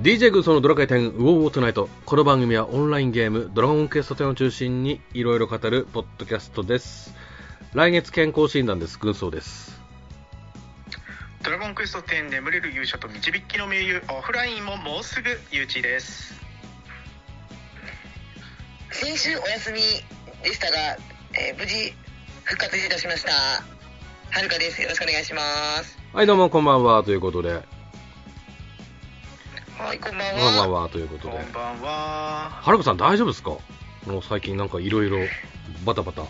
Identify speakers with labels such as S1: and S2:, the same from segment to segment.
S1: DJ 軍曹のドラクエ10ウォーウォートナイトこの番組はオンラインゲームドラゴンクエスト10を中心にいろいろ語るポッドキャストです来月健康診断です軍曹です
S2: ドラゴンクエスト10眠れる勇者と導きの盟友オフラインももうすぐ誘致です
S3: 先週お休みでしたが、えー無事復活いたしましたはるかですよろしくお願いします
S1: はいどうもこんばんはということで
S3: はいこんばん
S1: こん
S3: は
S1: ばんはということ
S2: こ
S1: で
S2: んばんは
S1: はるかさん大丈夫ですかもう最近なんかいろいろバタバタ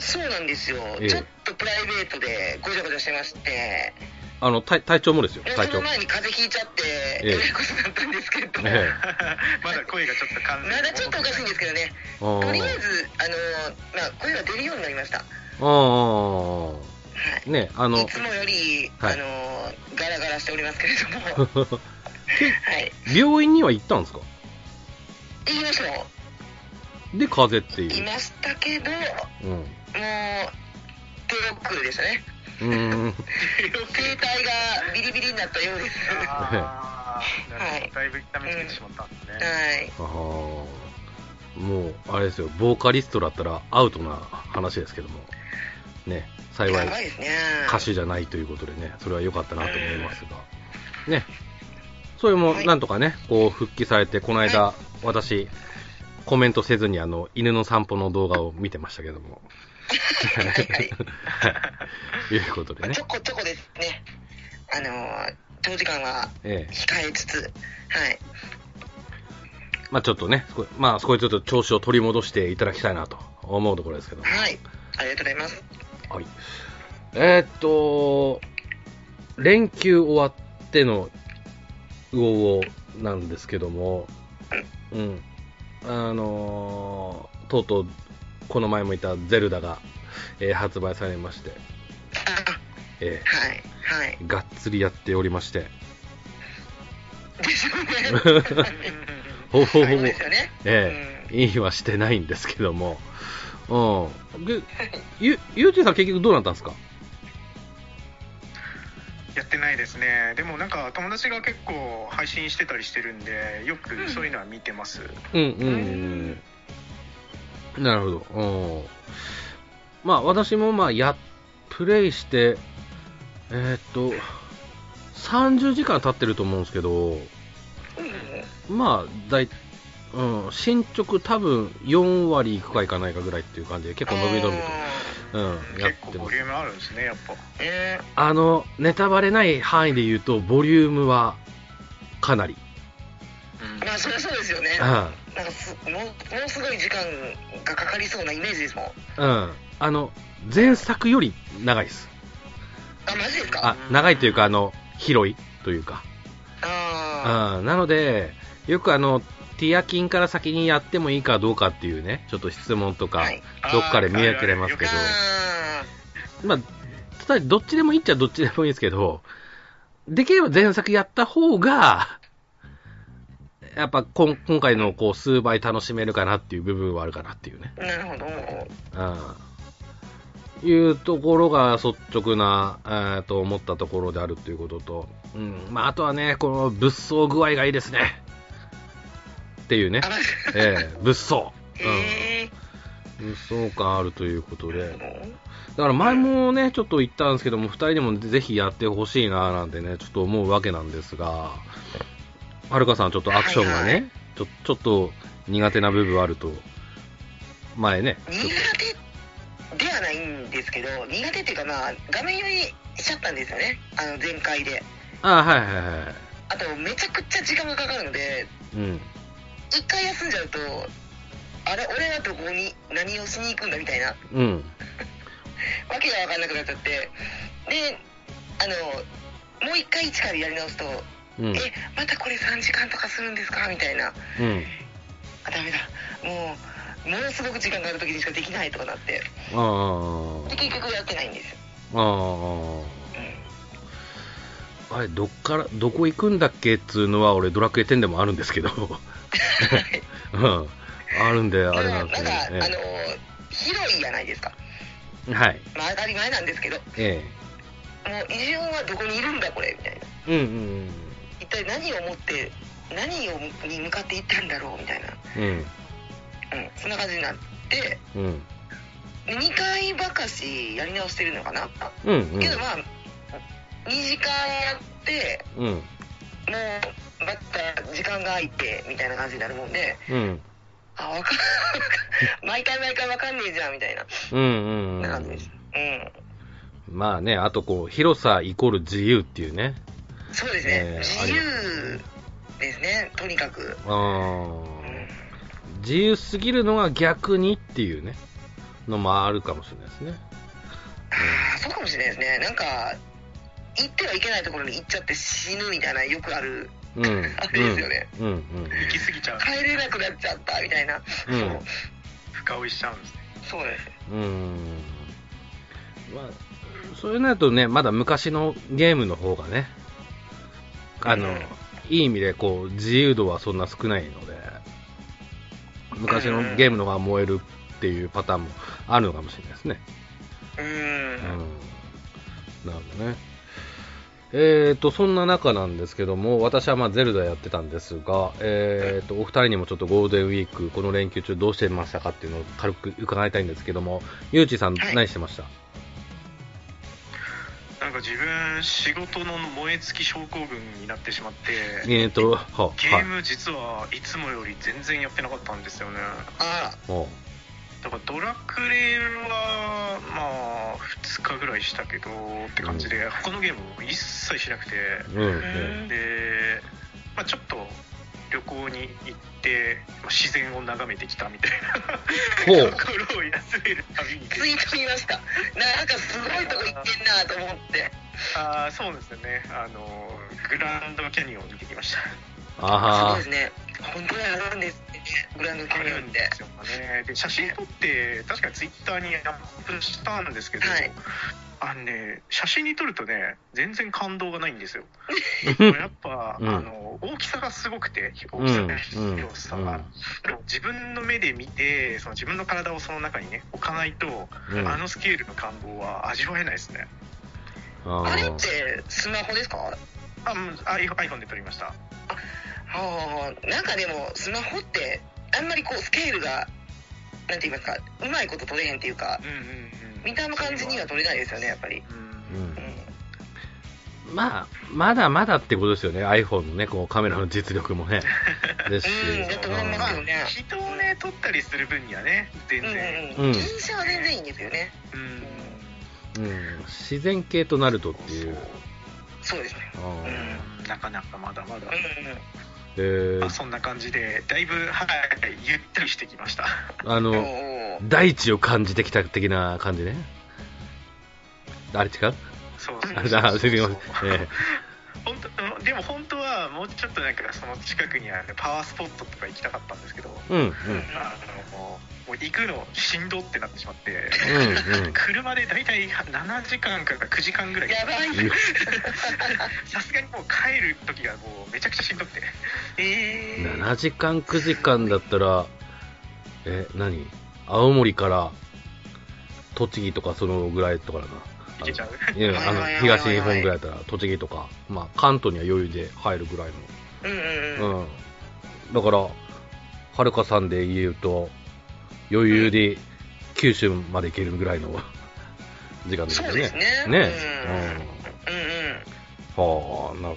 S3: そうなんですよ、
S1: ええ
S3: ちょっとプライベートでごちゃごちゃしてまして
S1: あの体体調もですよ体
S3: そ
S1: 調
S3: の前に風邪ひいちゃって
S1: ええ
S3: えらいことになったんですけど、
S1: ええ
S2: まだ声がちょっと完全に
S3: まだちょっとおかしいんですけどね
S1: あー
S3: とりあえずあのーまあ声が出るようになりましたは
S1: あーねあ
S3: いい
S1: の
S3: つもより、
S1: はい
S3: あのーガラガラしておりますけれど もはい
S1: 病院には行ったんですか
S3: 言いましたよ
S1: で風邪って
S3: い
S1: いう
S3: ましたけども
S1: うん
S3: う手ロックでしたね
S1: うーん
S3: 携帯がビリビリになったようです は
S2: あーなるほど
S3: はい
S2: だいぶ痛めつけてしまったんですね、
S3: い
S1: あーもうあれですよボーカリストだったらアウトな話ですけどもね幸
S3: やばい
S1: い
S3: ですね
S1: 歌手じゃないということでねそれは良かったなと思いますがねそれも
S3: はい
S1: なんとかねこう復帰されてこの間私コメントせずにあの犬の散歩の動画を見てましたけども
S3: はいはい
S1: と いうことで
S3: まあ
S1: ね
S3: ちょこちょこですねあのー長時間は
S1: ええ
S3: 控えつつはい
S1: まあちょっとね少しまあ少しずつ調子を取り戻していただきたいなと思うところですけども
S3: はいありがとうございます
S1: はい。えーっと、連休終わってのウオウオなんですけども、うん。あのーとうとう、この前も言ったゼルダが、えー発売されまして、
S3: あ
S1: え
S3: はいはい
S1: ーがっつりやっておりまして、
S3: ですよね
S1: ほぼほぼ
S3: そうですよね
S1: ええいいはしてないんですけども、うん。で、ゆ、ゆうちさん結局どうなったんですか
S2: やってないですねでもなんか友達が結構配信してたりしてるんでよくそういうのは見てます、
S1: うんうんうん。なるほど。うんまあ私もまあや、プレイして、えーっと、30時間経ってると思うんですけど、
S3: うんうん
S1: まあ、だい、うん、進捗多分4割いくかいかないかぐらいっていう感じで結構伸び伸びと、うん、やっ
S2: 結構
S1: てま
S2: ボ
S1: す
S2: リ。ュームあるんですねやっぱ
S3: えー
S1: あの、ネタバレない範囲で言うと、ボリュームはかなり。
S3: まあそりゃそうですよね
S1: うん
S3: なんかすもうもうすごい時間がかかりそうなイメージですもんあ
S1: うん。あの、前作より長いです。
S3: マジですか
S1: あ、長いというか、あの、広いというか。
S3: あ
S1: うん、なので、よくあの、ティアキンから先にやってもいいかどうかっていうね、ちょっと質問とか、
S3: はい
S1: どっかで見えてれますけ
S3: ー
S1: ど、
S3: あ
S1: まあ、ただどっちでもいいっちゃどっちでもいいですけど、できれば前作やった方が、やっぱこん今回のこう数倍楽しめるかなっていう部分はあるかなっていうね。
S3: ーなるほど
S1: うん、いうところが率直な、えーと思ったところであるということと、うんまあ、あとはね、この物騒具合がいいですね。っていうね
S3: あ、マジ
S1: ええ物騒。うん
S3: へえ
S1: 物騒感あるということで、だ
S3: ー
S1: から前もね、ちょっと言ったんですけども、2人でもぜひやってほしいななんてね、ちょっと思うわけなんですが、はるかさん、ちょっとアクションがね、
S3: はいはい
S1: ちょちょっと苦手な部分あると、前ね、ちょっ
S3: 苦手ではないんですけど苦手っていうかまあ画面酔いしちゃったんですよねあの全開で
S1: とあはいはいはい。
S3: あとめちゃくちゃ時間がかかるので
S1: うん。
S3: 一回休んじゃうとあれ俺はどこに何をしに行くんだみたいなわ
S1: うん。
S3: けが分かんなくなっちゃってであのもう一回一からやり直すと、
S1: うん。
S3: えまたこれ3時間とかするんですかみたいな
S1: うん。
S3: あダメだもうものすごく時間がある時にしかできないとかなって
S1: ああ
S3: で。結局やってないんです
S1: あ
S3: うん
S1: あ。あれ、どっから、どこ行くんだっけっつうのは、俺、ドラクエ10でもあるんですけど。うん。あるんで、あれなんです
S3: か、
S1: ね。
S3: あの広いじゃないですか、
S1: ええはい。
S3: まあ、当たり前なんですけども
S1: え
S3: う異常はどこにいるんだこれみたいな
S1: え。うんうん
S3: 一体何を持って何をに向かっていったんだろうみたいな、
S1: うん
S3: うん、そんな感じになって
S1: うん
S3: 2回ばかしやり直してるのかな、
S1: うん
S3: けどまあ2時間やって
S1: うんうん
S3: もうまた時間が空いてみたいな感じになるもんで
S1: うん
S3: あわか毎回毎回わかんねえじゃんみたいな
S1: うんうんう
S3: な感じ
S1: ん
S3: ですうん
S1: まあねあとこう広さイコール自由っていうね
S3: そうですね
S1: えー
S3: 自由ですねとにかく
S1: あ
S3: う
S1: ー
S3: ん
S1: 自由すぎるのが逆にっていうねのもあるかもしれないですね
S3: ああそうかもしれないですねなんか行ってはいけないところに行っちゃって死ぬみたいなよくある
S1: うんうん
S3: あれですよね
S1: うんうん
S2: 行き過ぎちゃう
S3: 帰れなくなっちゃったみたいな、
S1: うん
S3: そう
S2: 深追いしちゃうんですね
S3: そうです
S1: うんうんまあそういうのだとねまだ昔のゲームの方がねあの、
S3: うん
S1: いい意味でこう自由度はそんな少ないので昔のゲームの方が燃えるっていうパターンもあるのかもしれないですね
S3: うーん
S1: うんなるほどね。えー、とそんな中なんですけども、私はまあゼルダやってたんですが、えー、とお二人にもちょっとゴールデンウィーク、この連休中、どうしてましたかっていうのを軽く伺いたいんですけども、ゆうちさん、
S3: はい
S1: 何してました、
S2: なんか自分仕事の燃え尽き症候群になってしまって
S1: えー、と、は、は
S2: ゲーム実はいつもより全然やってなかったんですよね
S3: あ
S1: おう
S2: だからドラクエはまあ2日ぐらいしたけどって感じで、他のゲームを一切しなくて
S1: うん、うん
S3: へ
S2: で、まあ、ちょっと旅行に行って、まあ、自然を眺めてきたみたい
S1: ほう
S2: なところを休めるたびに
S3: ツイート見ましたなんかすごいとこ行ってんなと思って
S2: ああそうですよねあのグランドキャニオンに行ってきました
S3: すご
S1: あ
S3: いですね本当にあるんですねグランドキ
S2: あ
S3: ャニオ
S2: る
S3: ン
S2: ん
S3: で
S2: ですよねで写真撮って確かツイッターにアップしたんですけど、
S3: はい
S2: あのね写真に撮るとね全然感動がないんですよやっぱ、
S1: うん
S2: あの大きさがすごくて
S1: う
S2: 大
S1: ん、う
S2: きさ
S1: ん
S2: の広さが、それを自分の目で見てその自分の体をその中にね置かないと、
S1: うん、うん
S2: あのスケールの感動は味わえないですね
S1: あ
S3: あれっ
S1: ー
S3: てスマホですか
S2: あもうあ iPhone iPhone で撮りました
S3: はあなんかでもスマホってあんまりこうスケールがなんて言いますかうまいこと撮れへんっていうか
S2: うんうんうん
S3: 見た目感じには撮れないですよねやっぱり、
S2: う
S1: うんん
S3: うん、
S1: まあ、まだまだってことですよね、iPhone のね、こうカメラの実力もね、ですし、
S3: うんだと思いますけどね
S2: 人をね撮ったりする分にはね全
S3: うん
S2: 然
S3: うん
S1: う
S3: う
S1: ん
S3: ん印象は全然いいんですよね
S2: うん、
S1: うん自然系となるとっていう。
S3: そうですね
S1: あ
S2: う
S1: ー
S2: んなかなかまだまだ、
S3: うんうん
S1: え
S2: まあ、
S1: ー、
S2: そんな感じでだいぶはいゆったりしてきました
S1: あ
S3: お
S1: の、
S3: ー
S1: 大地を感じてきた的な感じね。あれ違う
S2: そう
S1: あ
S2: そう
S1: れ
S2: そう
S1: だ、
S2: そう
S1: すみません。え
S2: 本当でも本当はもうちょっとなんかその近くにあるパワースポットとか行きたかったんですけど、
S1: えうん、うん、
S2: あのもうもう行くのしんどってなってしまって、
S1: うん、うん。
S2: 車で大体7時間から9時間ぐらい
S3: やばい
S1: いや
S2: さすがにもう帰る時がもうめちゃくちゃしんどくて
S3: えー
S1: 7時間、9時間だったら、え、何青森から栃木とかそのぐらいとかだな。
S2: 行けちゃう
S1: いやあの
S3: はいはいはいはい
S1: 東日本ぐらいだったら栃木とか、まあ、関東には余裕で入るぐらいの
S3: うんうんうん、
S1: うん、だから、はるかさんで言うと、余裕で九州まで行けるぐらいの時間です
S3: そ
S1: よ
S3: う
S1: ね。
S3: ですね。
S1: ね
S3: うん。うんうん。
S1: うんはあ、なるほ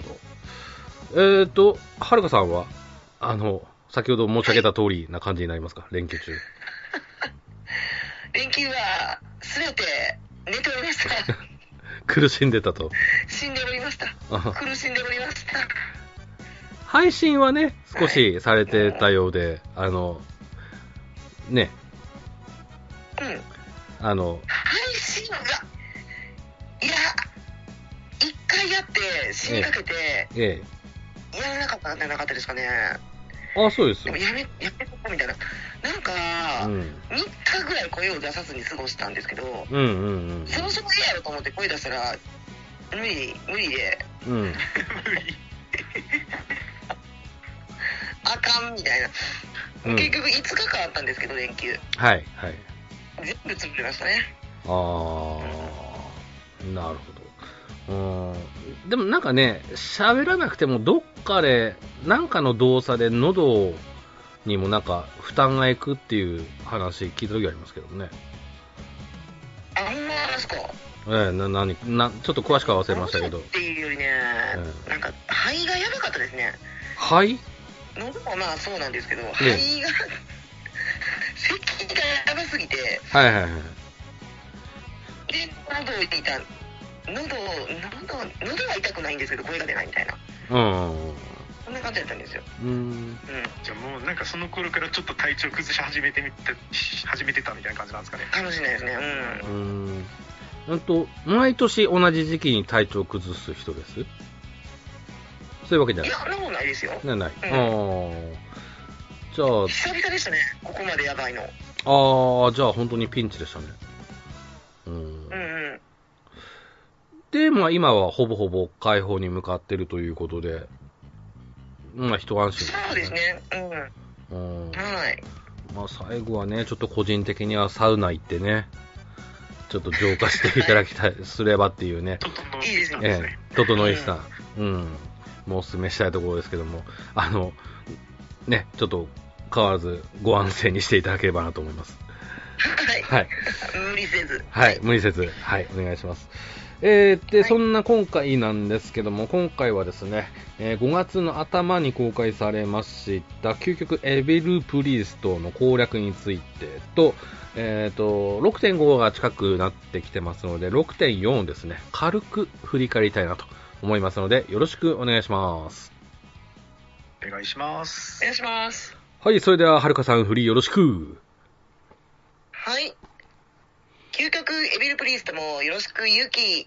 S1: ど。えっ、と、はるかさんは、あの、先ほど申し上げた通りな感じになりますか、連休中。
S3: 連休は、すべて寝ておりました。
S1: 苦しんでたと。
S3: 死んでおりました。
S1: あ
S3: 苦しんでおりました。
S1: 配信はね、少しされてたようで、あの、ね、
S3: うん。
S1: あの、
S3: 配信が、いや、一回やって、死にかけて、
S1: え
S3: やらなかったんじゃなかったですかね。
S1: え。あ、そうです
S3: で
S1: よ
S3: も。やめ、やめとこうみたいな。なんか、
S1: うん。
S3: 3日ぐらい声を出さずに過ごしたんですけど、
S1: うんうん
S3: そもそも嫌やろと思って声出したら、無理、無理で、
S1: うん。うん。
S2: 無理
S3: あかんみたいな。
S1: うん
S3: 結局5日間あったんですけど連休
S1: はい、はい。
S3: 全部潰れましたね
S1: ああ、なるほど。うんでもなんかね、喋らなくてもどっかで、なんかの動作で喉にもなんか負担がいくっていう話聞いた時ありますけどね。
S3: あほんまですか
S1: ええな、なに、な、ちょっと詳しくは忘れましたけど
S3: 喉っ。ていうよりね、
S1: うん
S3: なんか肺がやばかったですね
S1: はい
S3: 喉もまあそうなんですけど肺が咳がやばすぎて
S1: はいはいはい。
S3: で喉を痛いた喉を喉喉は痛くないんですけど声が出ないみたいな
S1: うん
S3: そんな感じだったんですよ
S1: うんうん。うん。
S3: うん
S2: じゃあもうなんかその頃からちょっと体調崩し始めてみた始めてたみたいな感じなんですかね
S3: かもしれないですね
S1: う
S3: うん
S1: ん。うんと、毎年同じ時期に体調崩す人ですそういうわけじゃな
S3: い
S1: い
S3: や。そんなことないですよ
S1: ね、ない。あ
S3: うん
S1: ーじゃあ、
S3: 久々でしたねここまでやばいの
S1: ああ、じゃあ本当にピンチでしたね。う
S3: うん
S1: ん。
S3: うん
S1: で、まあ今はほぼほぼ解放に向かってるということで、まあ一安心
S3: そうです。ねう
S1: う
S3: ん
S1: ん。
S3: はい
S1: まあ最後はね、ちょっと個人的にはサウナ行ってね、ちょっと浄化していただき たい、すればっていうね。
S2: ちょっとの
S3: いいですね
S2: です
S1: え
S2: ね、
S1: え、整いさん、うん、もうお勧めしたいところですけども、あの、ね、ちょっと変わらずご安静にしていただければなと思います。
S3: はい
S1: はい。
S3: 無理せず
S1: はい、無理せず、はい、お願いします。えーで、
S3: はい
S1: そんな今回なんですけども、今回はですね、えー5月の頭に公開されました、究極エベルプリストの攻略についてと、えー、と、6.5が近くなってきてますので、6.4をですね、軽く振り返りたいなと思いますので、よろしくお願いします。
S2: お願いします
S3: お願いします
S1: はい、それでは、はるかさん振りよろしく。
S3: はい究極エビルプリーストもよろしくユキ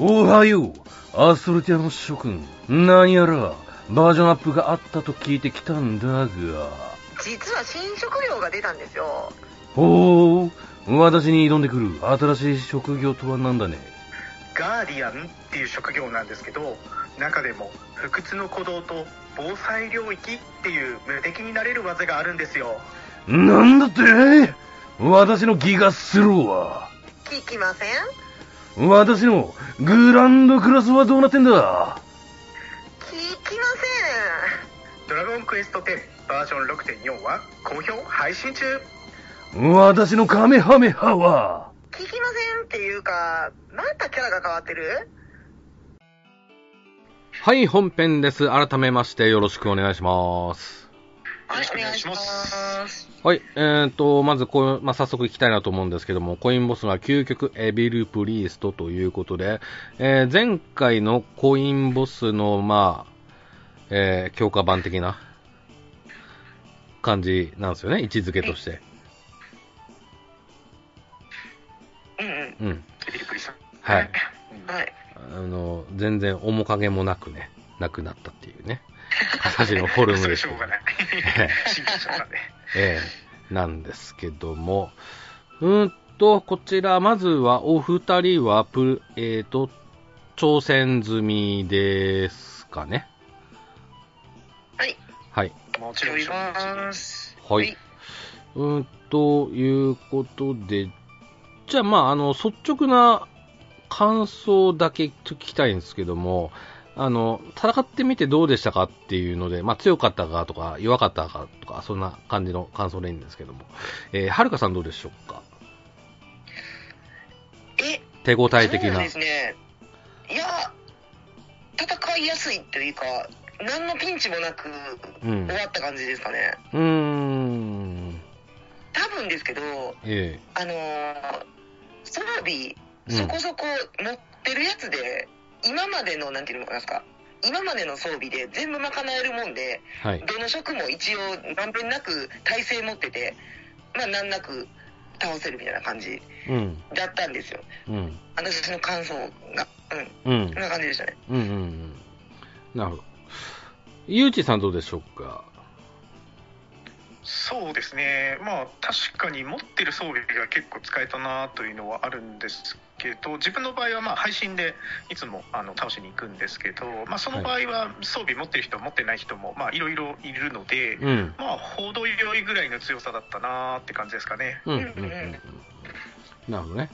S1: おはよう、アストルティアの諸君。何やら、バージョンアップがあったと聞いてきたんだが。
S3: 実は新食料が出たんですよ
S1: おお、私に挑んでくる新しい職業とはなんだね。
S2: ガーディアンっていう職業なんですけど中でも不屈の鼓動と防災領域っていう無敵になれる技があるんですよ
S1: なんだって私のギガスローは、
S3: 聞きません
S1: 私のグランドクラスはどうなってんだ
S3: 聞きません
S2: ドラゴンクエスト10バージョン6.4は好評配信中
S1: 私のカメハメハは、
S3: 聞きませんっていうか、またキャラが変わってる
S1: はい、本編です。改めましてよろしくお願いします。
S2: よろしくお願いします。
S1: はい、えーと、まずこう、まあ、早速行きたいなと思うんですけども、コインボスが究極エビルプリーストということで、えー前回のコインボスの、まあ、えー強化版的な感じなんですよね、位置づけとして。
S3: うんうん。
S1: うん。
S2: ビリクリさん
S1: はい。
S3: はい。
S1: あの、全然面影もなくね、なくなったっていうね、 形のフォルム
S2: そ
S1: で
S2: れ
S1: す
S2: しょう がない進化しょうがない
S1: ええなんですけども、うーんと、こちら、まずはお二人はプ、えー、と、挑戦済みですかね。
S3: はい。
S1: はい。
S2: もち
S3: ち
S2: ろ
S3: ょ
S2: ん
S3: います。
S1: はい。うーんということで、じゃあ、まあ、あの、率直な感想だけ聞きたいんですけども、あの、戦ってみてどうでしたかっていうので、まあ、強かったかとか、弱かったかとか、そんな感じの感想でいいんですけども、えーはるかさんどうでしょうか
S3: え、
S1: 手応え的
S3: そう
S1: な。
S3: んですね。いや、戦いやすいというか、何のピンチもなく
S1: うん
S3: 終わった感じですかね。
S1: うーん。
S3: 多分ですけど、
S1: え
S3: あのー、装備、
S1: うん
S3: そこそこ持ってるやつで、今までの、なんていうのかなですか、今までの装備で全部賄えるもんで、
S1: えはい。
S3: どの職も一応まんべんなく体勢持ってて、まあ難なく倒せるみたいな感じ
S1: うん。
S3: だったんですよ。
S1: うん。
S3: 私の感想が。うん。
S1: うん
S3: そん。な感じでしたね。
S1: うん。うん。なるほど。ゆうちさんどうでしょうか
S2: そうですね、まあ、確かに持ってる装備が結構使えたなというのはあるんですけど、自分の場合はまあ配信でいつもあの倒しに行くんですけど、まあ、その場合は装備持ってる人、持ってない人もまあいろいろいるので、
S1: うん。
S2: まあ、程よいぐらいの強さだったなって感じですかね。
S1: うん。うん。うん。なるほどね。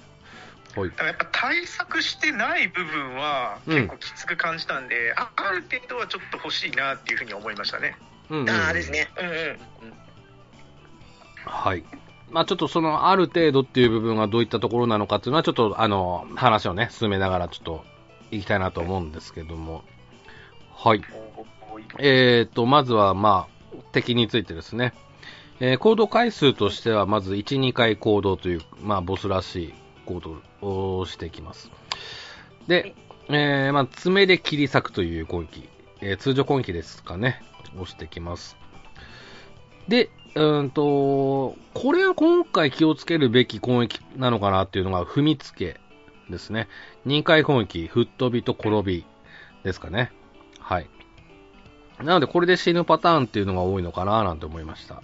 S1: はい
S2: だ。からやっぱ対策してない部分は
S1: うん
S2: 結構きつく感じたんで、あある程度はちょっと欲しいなっていうふうに思いましたね。
S1: うんうん
S3: ああです。ね。うんうん。
S1: はい。まあちょっとそのある程度っていう部分がどういったところなのかっていうのはちょっとあの話をね進めながらちょっといきたいなと思うんですけども。はい。えー、と、まずは、まあ、敵についてですね。えー行動回数としては、まず1、2回行動という、まあ、ボスらしい行動をしていきます。で、えーまあ、爪で切り裂くという攻撃、えー通常攻撃ですかね、をしてきます。で、うーんと、これは今回気をつけるべき攻撃なのかなっていうのが、踏みつけですね。2回攻撃、吹っ飛びと転びですかね。はい。なので、これで死ぬパターンっていうのが多いのかななんて思いました。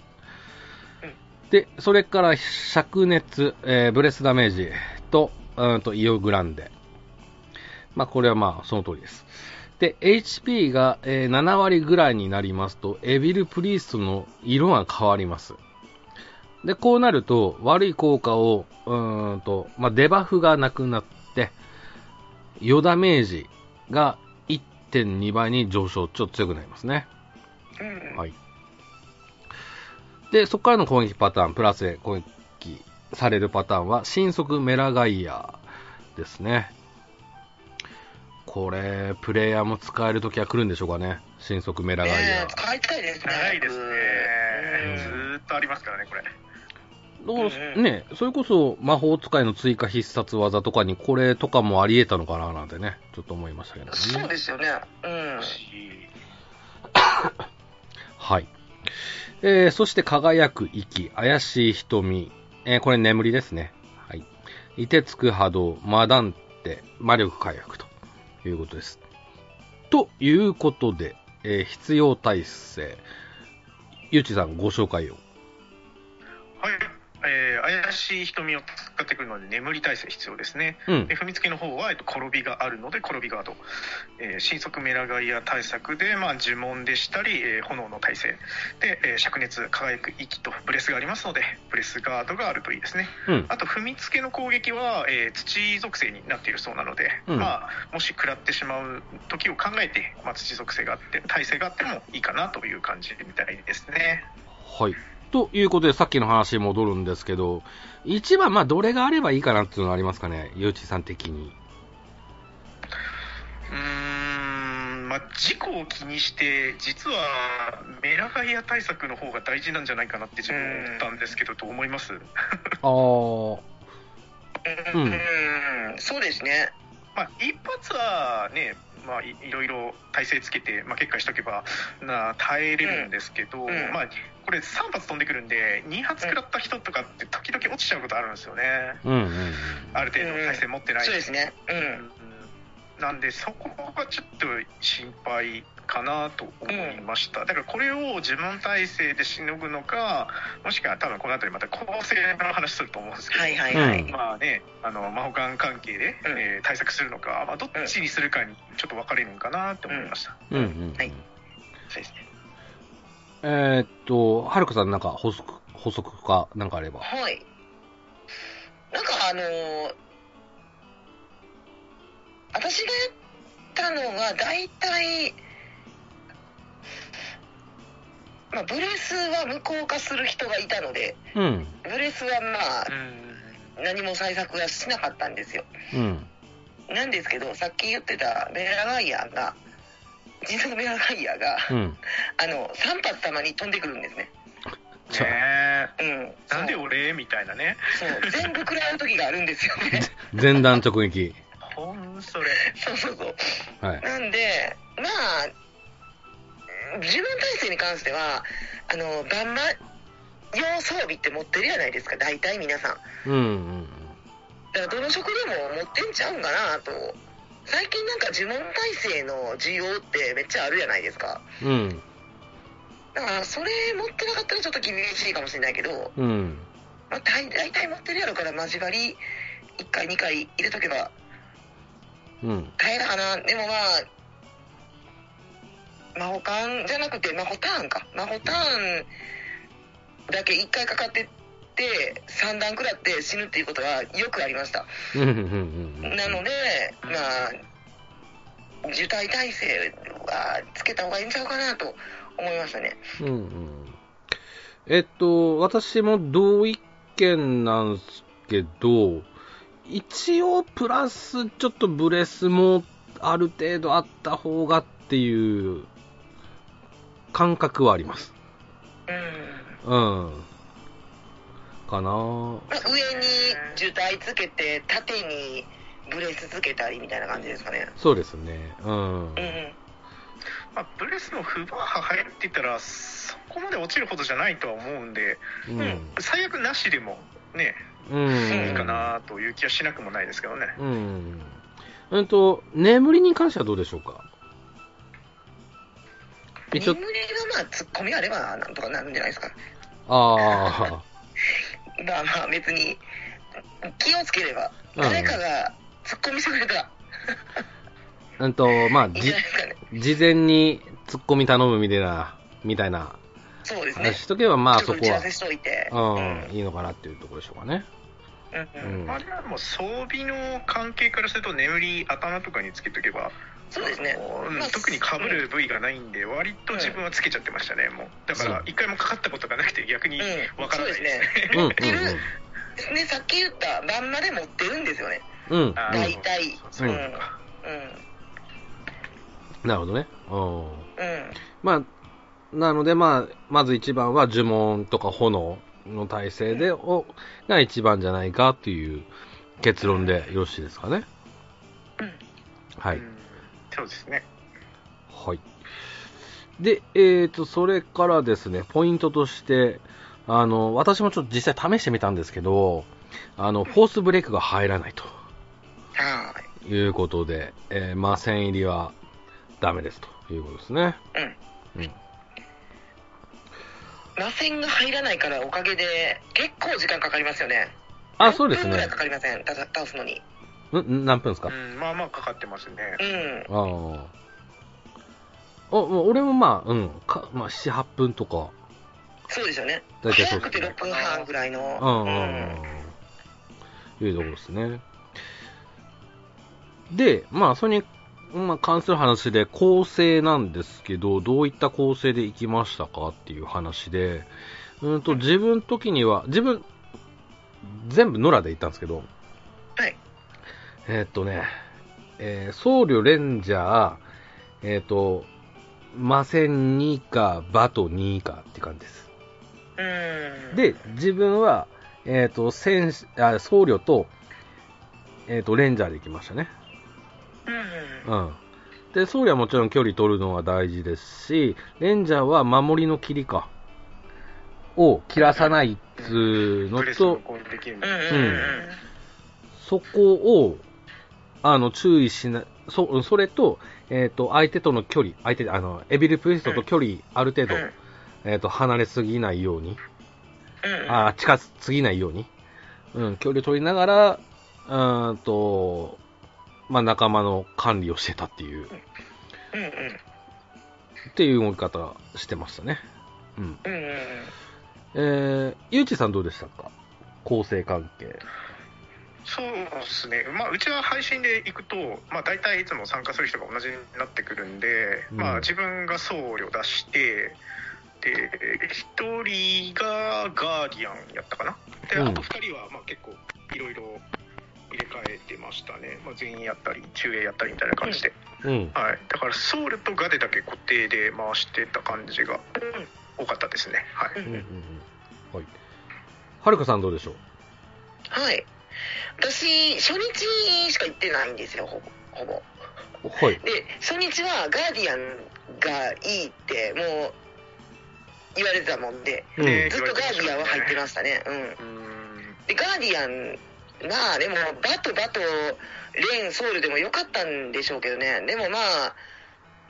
S1: で、それから、灼熱、えーブレスダメージと、うーんと、イオグランデ。まあ、これはまあ、その通りです。で、HP が、えー7割ぐらいになりますと、エビルプリーストの色が変わります。で、こうなると、悪い効果を、うーんと、まあ、デバフがなくなって、余ダメージが1.2倍に上昇、ちょっと強くなりますね。
S3: うんうん。
S1: はい。で、そこからの攻撃パターン、プラスで攻撃されるパターンは、新速メラガイアですね。これ、プレイヤーも使えるときは来るんでしょうかね。新速メラガイ
S3: ね
S1: ア
S3: え、。使いたいですね。
S2: 長いですね
S1: うん。
S2: ずーっとありますからね、これ。
S1: どう
S3: うんうん
S1: ね、それこそ魔法使いの追加必殺技とかにこれとかもあり得たのかななんてね、ちょっと思いましたけどね。
S3: そうですよね。うん。
S1: はい。えー、そして輝く息、怪しい瞳、えー、これ眠りですね。はい。いてつく波動、マダンテ、魔力回復ということです。ということで、えー必要体制、ゆうちさんご紹介を。
S2: はい、えー怪しい瞳を使ってくるので眠り耐性必要ですね。
S1: うん
S2: で。踏みつけの方は、えっと、転びがあるので転びガード、えー、新速メラガイア対策で、まあ、呪文でしたり、えー炎の耐性で、えー灼熱輝く息とブレスがありますのでブレスガードがあるといいですね
S1: うん。
S2: あと踏みつけの攻撃は、えー土属性になっているそうなので、
S1: うん
S2: まあ、もし食らってしまう時を考えて、まあ、土属性があって耐性があってもいいかなという感じみたいですね
S1: はい。ということで、さっきの話に戻るんですけど、一番、まあ、どれがあればいいかなっていうのはありますかね、ゆうちさん的に。
S2: うーんまあ、事故を気にして、実はメラガイア対策の方が大事なんじゃないかなって自分思ったんですけど、どう思います、
S1: あー、
S3: うんうん。そうですね。
S2: まあ、一発はね、まあ、いいろいろ体勢つけて、まあ、結果しとけばな耐えれるんですけど、
S3: んうん
S2: まあ、これ、3発飛んでくるんで、2発食らった人とかって、時々落ちちゃうことあるんですよね、
S1: うんうんうん。
S2: ある程度、体勢持ってない
S3: そうですね。う。
S2: うんんなんでそこがちょっと心配かなと思いました、だからこれを自分体制でしのぐのかもしくは多分この辺りまた構成の話すると思うんですけど、
S3: はいはいは
S1: うん
S3: い。
S2: まあねあの魔法官関係で、
S3: うん
S2: えー対策するのか、まあ、どっちにするかにちょっと分かれるんかなと思いました、
S1: うんうんうん。
S3: はい
S2: そうですね
S1: えーっと、はるかさんなんか補足、補足かなんかあれば。
S3: はい。なんかあのー私がやったのが大体、まあ、ブレスは無効化する人がいたので、
S1: うん。
S3: ブレスはまあ
S2: う、
S3: 何も対策はしなかったんですよ。
S1: うん。
S3: なんですけど、さっき言ってたメラガイアが、迅速メラガイアが、
S1: うん。
S3: あの、3発たまに飛んでくるんですね。
S2: んね
S3: うん。
S2: えなんで俺みたいなね
S3: そう、そう全部食らう時があるんですよね。
S1: 前段直撃。
S2: ほんそれ
S3: そうそうそう。
S1: はい。
S3: なんで、まあ、自分体制に関しては、あの、バンバ用装備って持ってるじゃないですか、大体皆さん。だか
S1: うんうん
S3: らどの職でも持ってんちゃうんかなと。最近なんか呪文体制の需要ってめっちゃあるじゃないですか。
S1: うん。うん。
S3: だからそれ持ってなかったらちょっと厳しいかもしれないけど、
S1: うん。
S3: まあ、大大体持ってるやろから交わり1回2回入れとけば
S1: うん。
S3: 大変だかなでもまあ魔法缶じゃなくて魔法ターンか魔法ターンだけ1回かかってって3段下って死ぬっていうことはよくありました
S1: うんうんうんうん
S3: なのでまあ受胎体制はつけた方がいいんちゃうかなと思いましたね
S1: うんうんえっと、私も同意見なんですけど、一応プラスちょっとブレスもある程度あった方がっていう感覚はあります。
S3: うん
S1: うん。かな
S3: まあ、上に受胎つけて縦にブレスつけたりみたいな感じですかね
S1: そうですね。うん
S3: う。ん
S2: まあ、ブレスの不バーハ入ってたらそこまで落ちるほどじゃないとは思うんで、
S1: う
S2: うん
S1: ん。
S2: 最悪なしでもね
S1: うん。
S2: いいかなという気はしなくもないですけどね、
S1: うん。うんと、眠りに関してはどうでしょうか
S3: 眠
S1: 一
S3: り
S1: 応
S3: が、まあツッコミあればなんとかなるんじゃないですか
S1: あ
S3: まあまあ別に気をつければ
S1: うん
S3: 誰かがツッコミしてくれたら
S1: あ。うんと、まあ、
S3: いいん
S1: じ
S3: じゃないですかね
S1: 事前にツッコミ頼むみたいな、みたいな
S3: そうですね
S1: 話しとけば、まあ
S3: ちょ
S1: そ
S3: っと
S1: こ
S3: 打ち合
S1: は
S3: わせ、しといて
S1: うん、いいのかなっていうところでしょうかね。
S3: うんうん
S1: うん
S2: まあ、あれはもう装備の関係からすると眠り頭とかにつけとけば
S3: そうですね
S2: あのうん
S3: まあ
S2: 特にかぶる部位がないんで割と自分はつけちゃってましたね、もうだか
S1: う
S2: ら
S1: ん
S2: 一回もかかったことがなくて逆に
S3: う
S2: わ
S3: ん
S2: か
S3: そう
S2: らな
S3: で
S2: い
S3: す
S2: で
S3: ね
S2: すね、
S1: うん、うん、
S3: ねさっき言ったバンまで持ってるんですよね
S1: うん。うん、
S2: あー
S3: 大体
S2: そういう
S3: う
S2: こ
S3: ん
S2: とか
S3: う
S1: なるほどね。うん。
S3: んうん
S1: まあ、なので、まあ、まず一番は呪文とか炎の体制で、を、が一番じゃないかっていう結論でよろしいですかね。
S3: うん
S1: は
S2: う
S1: い。
S2: んそうですね
S1: はい。で、えっ、と、それからですね、ポイントとして、あの、私もちょっと実際試してみたんですけど、あの、フォースブレイクが入らない
S3: は
S1: ということで、えー、まあ、線入りはダメですということですね。
S3: ーいうん
S1: うん。
S3: 螺旋が入らないからおかげで結構時間かかりますよね
S1: あ、そうで
S3: 6
S1: す
S3: 分ぐらい
S1: ね
S3: か。かりませんたた倒すのに
S1: んん何分ですか、
S2: うんまあまあかかってますね
S3: うん
S1: ああ。お、もう俺もまあ、うん、かまあ、7、8分とか、
S3: そうですよね
S1: だいたいそうで
S3: 早く
S1: す
S3: て
S1: ね。
S3: 6分半ぐらいの
S1: うんうんうん
S3: う
S1: うんいうところですね。で、まあ、それに、まあ、関する話で構成なんですけど、どういった構成でいきましたかっていう話で、うんと、自分時には、自分、全部野良で行ったんですけど、
S3: はい
S1: えーっとね、えー僧侶、レンジャー、えーっと、魔戦2か、バト2かって感じです。
S3: うん
S1: で、自分は、えっ、と、戦士、あ、僧侶と、えっ、と、レンジャーで行きましたね。
S3: うん
S1: うん。で、僧侶はもちろん距離取るのは大事ですし、レンジャーは守りの切りか、を切らさないっつうの
S2: ブレスの
S1: と、
S2: 攻撃
S3: うんうん
S1: う
S3: うんん
S1: そこを、あの、注意しな、そ、それと、えっ、と、相手との距離、相手、あの、エビルプリストと距離、ある程度、
S3: うん
S1: えっ、と、離れすぎないように、
S3: うんうん
S1: あー近すぎないように、うん、距離を取りながら、うーんと、まあ、仲間の管理をしてたっていう、
S3: うんうん
S1: っていう動き方してましたね。うん。
S3: うんうん
S1: えー、ゆうちさんどうでしたか構成関係。
S2: そうですね、まあ、うちは配信で行くと、まあ、大体いつも参加する人が同じになってくるんで、
S1: うん
S2: まあ、自分が僧侶出して、で1人がガーディアンやったかな、で
S1: うん
S2: あと2人はまあ結構いろいろ入れ替えてましたね、まあ、全員やったり、中衛やったりみたいな感じで、
S1: うん。
S2: はい、だから僧侶とガデだけ固定で回してた感じが多かったですね。はい
S1: うんうんうん。はい。はるかさんどうでしょう
S3: はい私初日しか行ってないんですよほぼほぼ
S1: はい。
S3: で初日はガーディアンがいいってもう言われてたもんで
S1: うん
S2: ね
S3: ずっとガーディアンは入ってましたねうん
S2: うん
S3: でガーディアンまあでもバトバトレーンソウルでも良かったんでしょうけどねでもまあ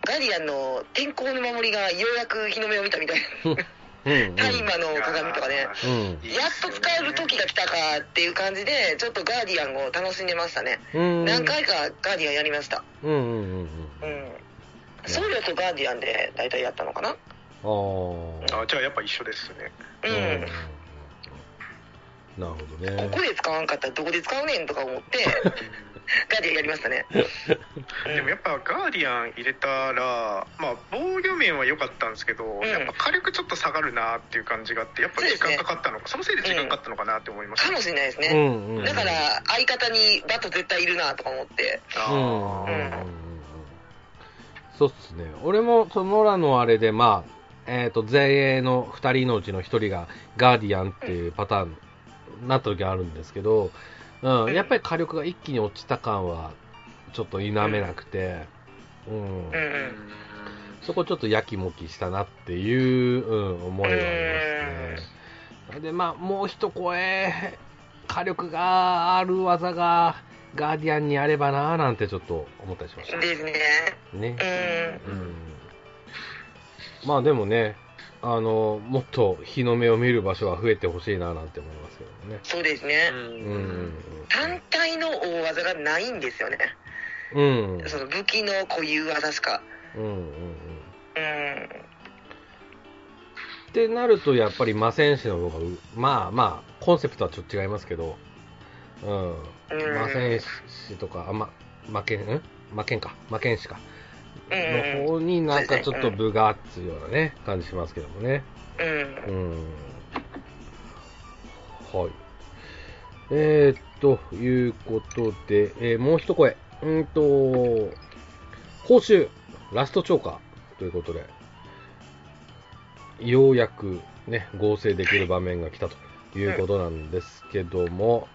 S3: ガーディアンの天候の守りがようやく日の目を見たみたい
S1: うん、
S3: な大麻の鏡とかね
S1: うん。
S3: やっと使える時が来たかっていう感じでちょっとガーディアンを楽しんでましたね
S1: うん。
S3: 何回かガーディアンやりました
S1: うんうんうん
S3: う
S1: うん。
S3: ん僧侶とガーディアンで大体やったのかな
S1: ああ。
S2: あじゃあやっぱ一緒ですね
S3: うん
S1: なるほどね
S3: ここ。で使わんかったらどこで使うねんとか 思って、ガディアンやりましたね。
S2: でもやっぱガーディアン入れたら、まあ、防御面は良かったんですけど、
S3: ん
S2: やっぱ火力ちょっと下がるなっていう感じがあって、やっぱ時間かかったのか、そのせいで時間かかったのかなって思いまし
S3: か
S2: た、
S3: もしれないです
S1: う
S3: ね。
S1: んうんうん。
S3: だから、相方にバット絶対いるなとか思って。
S1: うんうんうんう
S2: あ
S1: ん
S2: ー
S1: うん。そうっすね。俺も、そのらのあれで、まあ、えっ、と、前衛の2人のうちの1人がガーディアンっていうパターンになった時はあるんですけど、うん、やっぱり火力が一気に落ちた感は、ちょっと否めなくて、うん。
S3: うんう
S2: うん
S3: ん。
S1: そこちょっとやきもきしたなっていう、うん、思いはありますね。で、まあ、もう一声、火力がある技が、ガーディアンにあればなーなんてちょっと思ったりしました
S3: ですね。
S1: ね
S3: う。
S1: う
S3: ん。
S1: ん。まあでもね、あの、もっと日の目を見る場所は増えてほしいななんて思いますけどね。
S3: そうですね。
S1: うんうん
S3: 単体の大技がないんですよね。
S1: うん。うん。
S3: その武器の固有技しか。
S1: うんうんうん。
S3: うん。
S1: ってなると、やっぱり魔戦士の方がう、まあまあ、コンセプトはちょっと違いますけど、うん。
S3: うん
S1: 魔戦士とか、あ、ま、魔剣、ん魔剣か。魔剣士か。
S3: うん
S1: の方になんかちょっ
S3: そうですね
S1: と
S3: うん
S1: 部があつようなね、感じしますけどもね。
S3: うん
S1: う。ん。はい。えー、ということで、えーもう一声。うーんと、報酬、ラストチョーカーということで、ようやくね、合成できる場面が来たということなんですけども、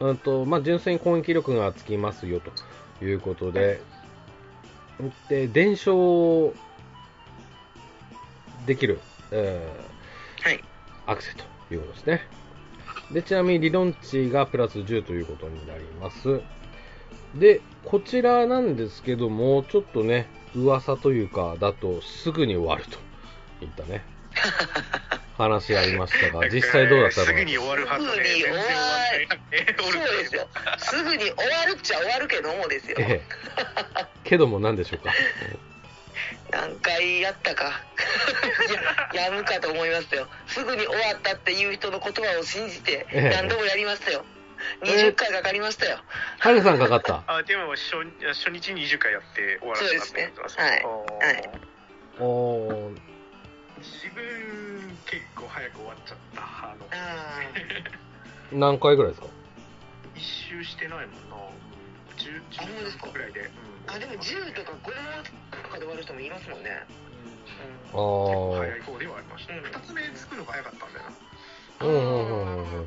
S1: うんと、まあ、純粋に攻撃力がつきますよということで、で、伝承できる、えー
S3: はい。
S1: アクセということですね。で、ちなみに理論値がプラス10ということになります。で、こちらなんですけども、ちょっとね、噂というか、だとすぐに終わるといったね、話ありました が、実際どうだったの
S2: す
S1: か
S2: ぐに終わるはずで、
S3: すぐに終わる
S2: 全然終わんない
S3: そうですよ。すぐに終わるっちゃ終わるけどもですよ。
S1: ええ。けども何でしょうか。
S3: 何回やったか いややむかと思いますよすぐに終わったっていう人の言葉を信じて
S1: ええ
S3: 何度もやりましたよ
S1: え
S3: 20回かかりましたよ
S1: ハルさんかか った。
S2: あでも初初日20回やって終わらせたってこと
S3: そうで
S2: なん
S3: すねはいはい
S1: おー
S2: 自分結構早く終わっちゃったあの
S3: あ
S1: 何回ぐらいですか
S2: 一周してないもんな10
S3: あそうですか
S2: ぐらいで、
S3: あでも10とか5とかで終わる人もいますもんね
S1: あ
S2: うん結構
S1: ー
S2: 早い方ではありました
S3: うん
S2: 2つ目作るのが早かったんだよな
S1: うんうんうんうんうん。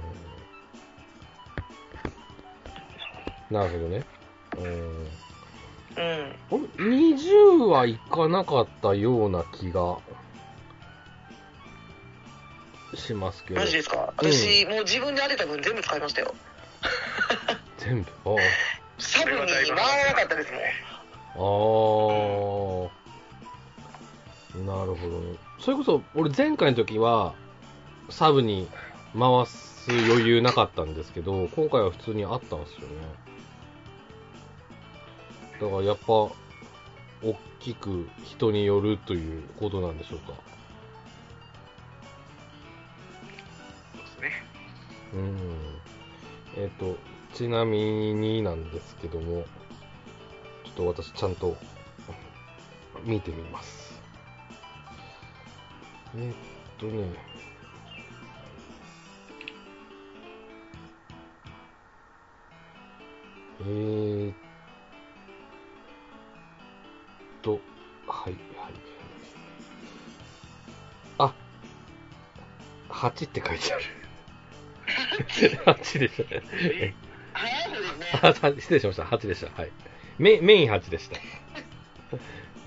S1: なるほどね。うん
S3: うん、うん、
S1: あれ20はいかなかったような気がしますけど
S3: マジですか私、もう自分で当てた分全部使いましたよ
S1: 全部あ
S3: 多
S2: れは
S3: 分に
S2: だい
S3: 回ら
S2: ぶ
S3: なかったですもん
S1: あーなるほどねそれこそ俺前回の時はサブに回す余裕なかったんですけど今回は普通にあったんですよねだからやっぱ大きく人によるということなんでしょうか
S2: そうですね
S1: うん。えっ、と、ちなみになんですけども、ちょっと私ちゃんと見てみます。えっ、とね、えー、っと、はい、はい、はい。あ、8って書いてある。8でした。
S2: え
S3: 早い方ですね
S1: あさ失礼しました。8でした。はい。メメイン8でした。
S3: う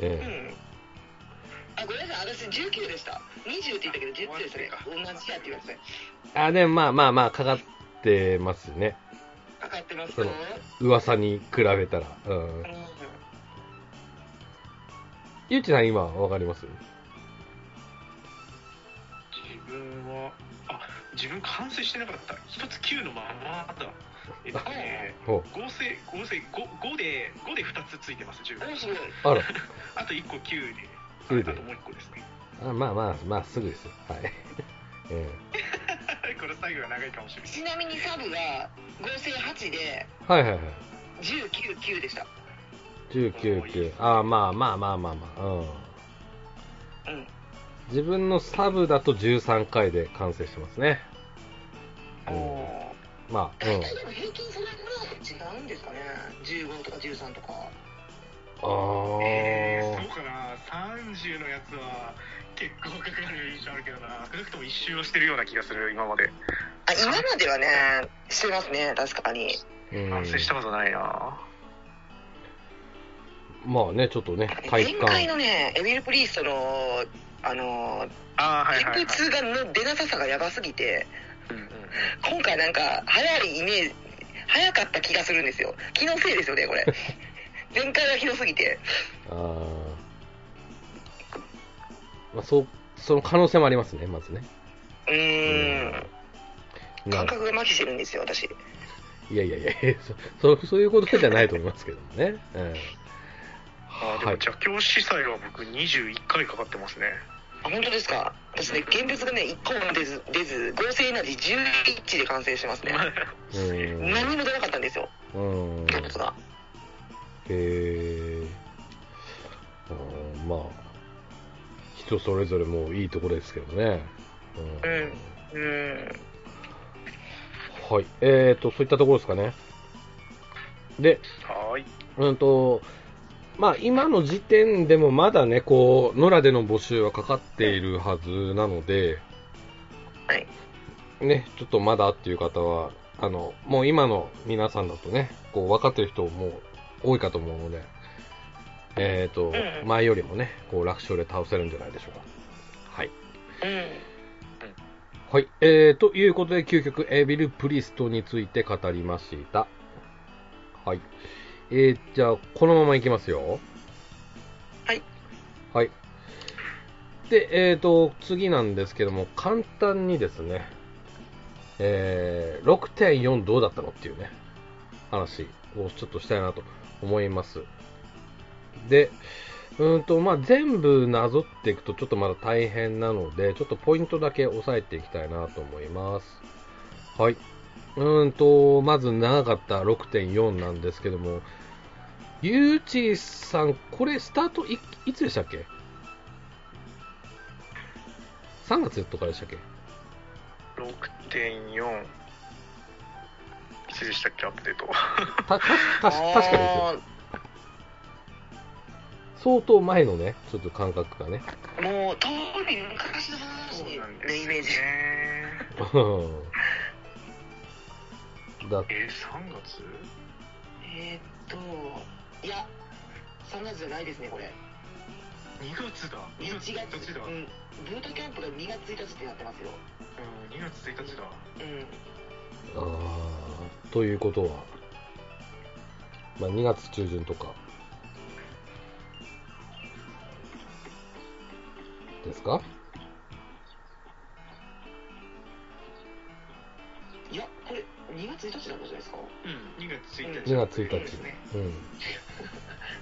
S1: え
S3: んあごめんなさい私19でした20って言ったけど19ですね同じやって言いましたね
S1: えあ、でもまあまあまあ、かかってますね。
S3: かかってますよ、
S1: 噂に比べたら。うん。
S3: うん
S1: ゆうちさん今、わかります
S2: 自分はあ自分完成してなかった一つ9のままだえっとね
S1: ほ
S2: 合成合成 5, 5で5で2つついてます
S3: 面
S2: 10
S3: 白い。
S1: う。あら。
S2: あと1個9で
S1: それで
S2: あともう1個ですね
S1: あまあまあ、まあ、すぐですよ。はい。え
S2: これ最後が長長いかもしれない
S3: ちなみにサブが合成8で
S1: はいはいはい。
S3: 199でした
S1: 19、9。ああ、まあまあまあまあまあ。うん。
S3: うん
S1: 自分のサブだと13回で完成してますね。うん
S3: お
S1: まあ、う
S3: 大
S1: ん。
S3: 体でも平均それぐらい違うんですかね15とか13とか
S2: えー、
S1: あ
S2: そうかな30のやつは結構かかる印象あるけどな少なくとも一周をしてるような気がする今まで
S3: あ今まではねしてますね確かに
S1: あ、うん
S2: 反省したことないな
S1: まあね、ちょっとね、体
S3: 前回
S1: 感。
S3: のねエビル・プリーストのあの
S2: ああはいはい、は
S3: 天空
S2: い
S3: 痛がの出なささがやばすぎて
S2: うんうんうん
S3: 今回なんか早いイメージ早かった気がするんですよ気のせいですよね これ前回はひどすぎて
S1: あーまあ、そう、その可能性もありますね、まずね。
S3: うーん
S1: うん
S3: 感覚が麻痺してるんですよ私
S1: いやいやいや、 そそそういうことじゃないと思いますけどもね。うん
S2: あーで
S1: はい
S2: も邪教司祭は僕21回かかってますね
S3: あ本当ですか私ね現物がね1個も出ず出ず合成エナジー11で完成してますね
S1: うん
S3: 何も出なかったんですよ
S1: うん。
S3: 現物が
S1: へえ。あーまあ、人それぞれもういいところですけどね。うん
S3: うんうーん
S1: はい。えーと、そういったところですかね。で、
S2: はーい
S1: うんと、まあ今の時点でもまだね、こう、野良での募集はかかっているはずなので、
S3: はい
S1: ね、ちょっとまだっていう方は、あの、もう今の皆さんだとね、こう分かってる人も多いかと思うので、えーと、
S3: うんうん
S1: 前よりもね、こう楽勝で倒せるんじゃないでしょうか。はい。
S3: うん
S1: はい。えー、ということで、究極エビル・プリストについて語りました。はい。えー、じゃあ、このままいきますよ。
S3: はい。
S1: はい。で、えーと、次なんですけども、簡単にですね、えー、6.4どうだったのっていうね、話をちょっとしたいなと思います。で、うーんと、まあ、全部なぞっていくとちょっとまだ大変なので、ちょっとポイントだけ押さえていきたいなと思います。はい。うーんと、まず長かった6.4なんですけども、ゆうちさん、これスタートいいつでしたっけ ?3 月とかでしたっけ
S2: 6.4いつでしたっけアップデート
S1: た、た、た、確かですよ。相当前のね、ちょっと感覚がね。
S3: あーもう遠い昔の話のイメージ
S2: ね
S1: うんだ
S2: えー、3月
S3: えーっといや3月じゃないですねこれ
S2: 2月だ
S3: 1
S2: 2月1
S3: 月
S2: 日だ、
S3: う
S2: うん
S3: んブートキャンプが2月1日ってなってますよ
S2: 2月1日だ
S3: うん
S1: あーということは、まあ、2月中旬とかですか
S3: いやこれ2月1日なんじゃないですか
S2: うん2月1日
S1: 2月1
S3: そうで
S1: 日
S3: すね、
S1: うん、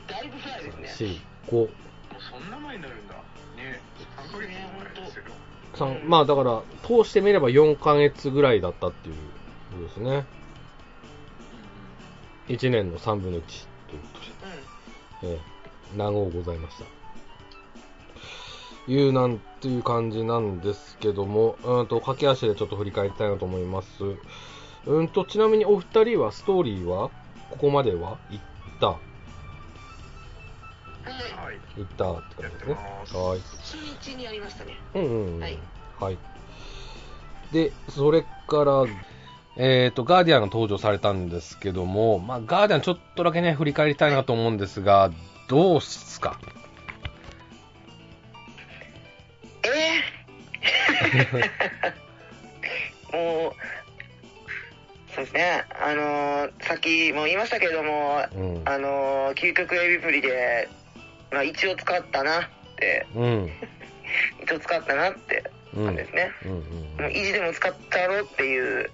S3: だいぶ前ですね
S1: 4、5、
S2: もうそんな前になるんだね3ヶ月も前ですよ
S1: 3、まあだから、通してみれば4ヶ月ぐらいだったっていうことですね。1年の3分の1ということで。ええ、名号ございました。いうなんていう感じなんですけども、うんと、駆け足でちょっと振り返りたいなと思います。うんと、ちなみにお二人は、ストーリーは、ここまでは行った
S3: うんはい
S2: はい
S1: 行ったって感じですね。
S2: やってます
S1: はい。
S3: 初日にやりましたね
S1: うんうんうん。
S3: はい。
S1: はい。で、それから、えっ、と、ガーディアンが登場されたんですけども、まあ、ガーディアンちょっとだけね、振り返りたいなと思うんですが、どうっすか
S3: ええ もうそうですねあのーさっきも言いましたけども
S1: うん。
S3: あのー究極エビプリで、まあ、一応使ったなって
S1: うん。
S3: 一応使ったなって
S1: う
S3: なんんですね、
S1: うんうん
S3: もう意地でも使ったろうっていう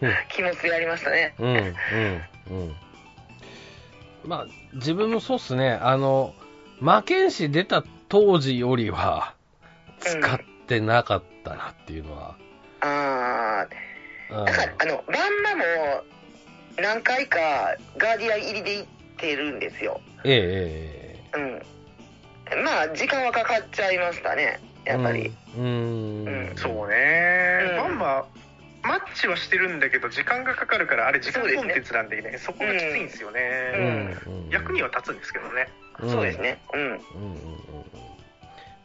S1: うん
S3: 気持ちでやりましたね
S1: うんうんうんまあ自分もそうっすねあの魔剣士出た当時よりは
S3: うん
S1: 使ってなかったなっていうのは、
S3: ああ
S1: あ
S3: だから、あの、バンマも何回かガーディアン入りで行ってるんですよ。
S1: えええ
S3: うん。まあ、時間はかかっちゃいましたね、
S1: え
S3: やっぱり。。
S1: うん。
S3: うん
S2: そう
S1: う
S2: ね、
S3: うん
S2: バンバマッチはしてるんだけど時間がかかるからあれ時間
S3: そうです
S2: コ
S3: ね
S2: ンテンツなんでねそこがきついんですよね、
S1: んうん
S2: 役には立つんですけどね
S3: そうです。ね。うん。
S1: うんうんうん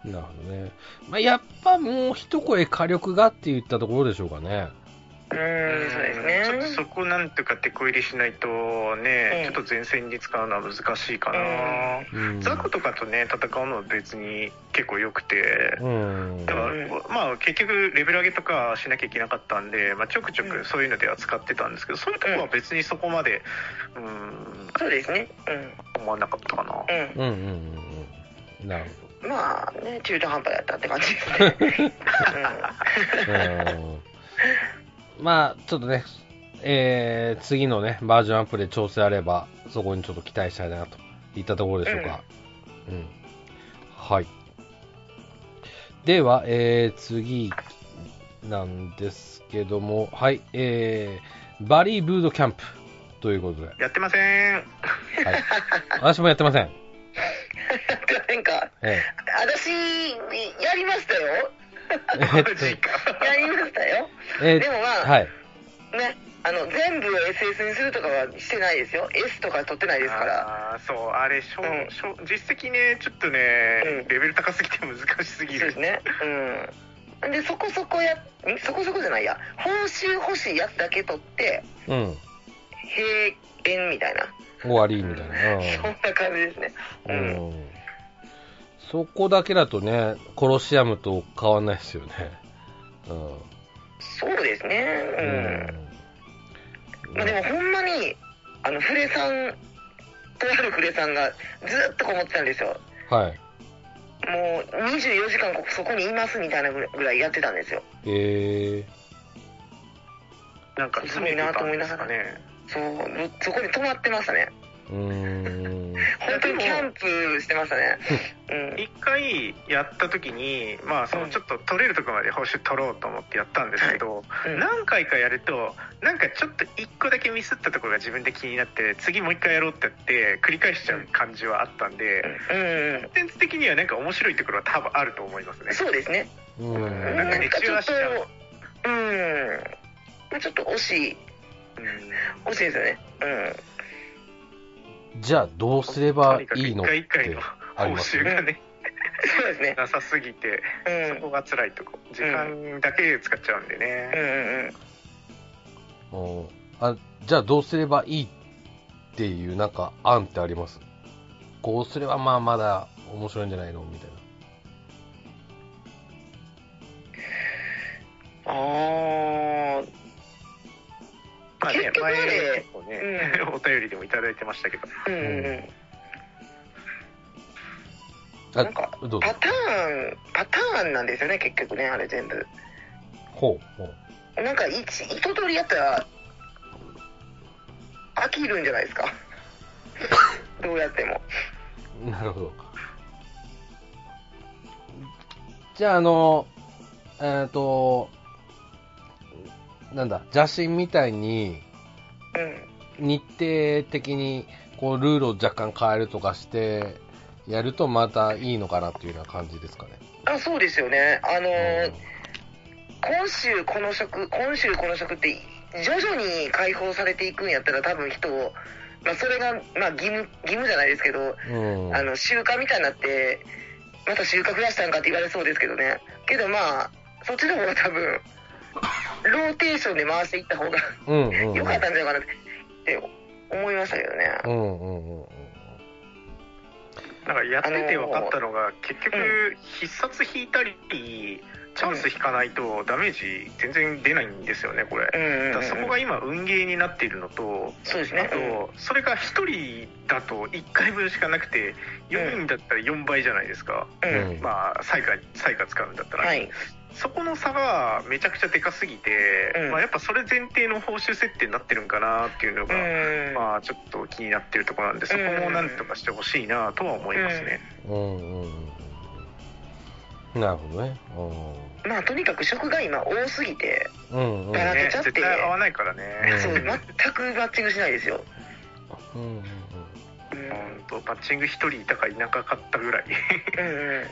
S1: うん。なるほどね。まあ、やっぱもう一声火力がって言ったところでしょうかね。
S3: うん、そうです
S2: ちょっと
S3: ね。
S2: そこなんとか手こ入れしないとね、
S3: うん
S2: ちょっと前線に使うのは難しいかな、
S1: うん。
S2: ザコとかとね戦うのは別に結構良くて、
S1: うん。
S2: だから
S3: うん
S2: まあ結局レベル上げとかしなきゃいけなかったんで、まあ、ちょくちょくそういうのでは使ってたんですけどそういうとこは別にそこまでうん
S3: そうですね。
S2: 思わなかったかな
S3: うん。
S1: うんうんうんうん。なるほ
S3: うん。まあ、ね、中途半端だったって感じですね。
S1: ど。うん。まあ、ちょっとね、えー、次のね、バージョンアップで調整あれば、そこにちょっと期待したいなといったところでしょうか。うん。はい。では、えー、次なんですけども、はい、えー、バリーブードキャンプという ことで、はい、
S2: やってません
S1: 私もやってません。
S3: うん。なんか、
S1: え
S3: 私、やりましたよ。
S1: ええ っと
S2: マジか
S3: やりましたよ。
S1: え
S3: でもまあ
S1: はい。
S3: ね、あの全部を SS にするとかはしてないですよ S とか取ってないですから
S2: あーそうあれしょ、
S3: うん
S2: しょ実績ねちょっとね、
S3: うん
S2: レベル高すぎて難しすぎ
S3: そうで
S2: る
S3: すねうんでそこそこやんそこそこじゃないや報酬欲しいやつだけ取って
S1: うん。
S3: 平円みたいな、
S1: 終わりみたいな。うん
S3: そんな感じですねう、
S1: うんんそこだけだとね、コロシアムと変わんないですよね。う
S3: そうですね
S1: ん。
S3: うん、まあ、でもほんまにあのフレさんとあるフレさんがずっとこもってたんですよ
S1: はい。
S3: もう24時間こそこにいますみたいなぐらいぐらいやってたんですよ
S1: え
S2: なんか詰めてたんですかね
S3: そうそこで泊まってましたね
S1: ー。うーん。
S3: 本当にキャンプしてましたね。うん。
S2: 一回やった時にまあそのちょっと取れるとこまで報酬取ろうと思ってやったんですけど、
S3: うん
S2: 何回かやるとなんかちょっと一個だけミスったところが自分で気になって次もう一回やろうってやって繰り返しちゃう感じはあったんで、
S3: うんうん
S2: コンテンツ的にはなんか面白いところは多分あると思いますね
S3: そうですね。
S1: う
S2: うん
S3: なんん
S1: ん。
S2: かね
S3: かちょっ
S2: 中和しちゃう
S3: と、うん。まあちょっと惜しい、
S2: うん
S3: 惜しいですよね。
S1: じゃあ、どうすれば
S2: と
S1: いい
S2: に
S1: のっ
S2: かく
S1: て
S2: 一回一回の
S1: あり
S2: 報
S1: ます
S2: 酬
S1: よね。
S2: がね
S3: うん。そうですね。
S2: なさすぎて
S3: うん。
S2: そこが辛いとこ時間だけ使っちゃうんで
S3: うん
S2: ね、
S3: うんうん。
S1: うんあじゃあ、どうすればいいっていう、なんか、案ってありますこうすれば、まあ、まだ面白いんじゃないのみたいな。
S3: あ
S2: まあね
S3: 結局
S2: 前
S3: ね
S2: 結構ね、
S3: う
S2: お便りでもいただいてましたけど
S3: あ。うんうんうん。
S1: あ
S3: なんか
S1: どうぞ
S3: パ。ターン、パターンなんですよね、結局ね、あれ全部。
S1: ほう、ほう。
S3: なんか一、一通りやったら、飽きるんじゃないです か。どうやっても。
S1: なるほど。じゃあ、あの、えっ、と、なんだ、邪神みたいに、
S3: うん。
S1: 日程的に、こう、ルールを若干変えるとかして、やるとまたいいのかなっていうような感じですかね。
S3: あそうですよね、あのー
S1: うん
S3: 今週この職、今週この職って、徐々に解放されていくんやったら、多分人を、まあ、それが、まあ、義務、義務じゃないですけど、
S1: うん。
S3: あの、習慣みたいになって、また習慣増やしたんかって言われそうですけどね。けどまあ、そっちの方が多分、 ローテーションで回していった方が
S1: うんうんうん、
S3: 良かったんじゃないかなって思いましたけどね。
S1: うんうんうんうん。
S2: なんかやってて分かったのが結
S3: う
S2: 局必殺引いたりチャンス引かないとダメージ全然出ないんですよねこれ
S3: う。んうんうん
S2: だからそこが今運ゲーになっているのと
S3: そうです
S2: あ
S3: ね。
S2: とそれが1人だと1回分しかなくて4人だったら4倍じゃないですか、
S3: うん。
S1: うん
S2: まあ彩花彩花使うんだったら、
S3: はい。
S2: そこの差がめちゃくちゃでかすぎて、
S3: うん
S2: まあ、やっぱそれ前提の報酬設定になってるんかなっていうの
S3: う
S2: が、
S3: ん。
S2: まあちょっと気になってるところなんでそこもなんとかしてほしいなとは思いますね、
S1: うんうんうんうんなるほどね。
S3: まあとにかく食が今多すぎて、
S1: うん。うんうん。
S3: バラ
S2: ね
S3: けちゃって
S2: 絶対合わないから
S1: うん
S2: ね
S3: そう全くマッチングしないですよ、
S1: うんうんうん
S3: うん、うん
S2: 本当パッチング一人いたかいなかったぐらい
S3: うん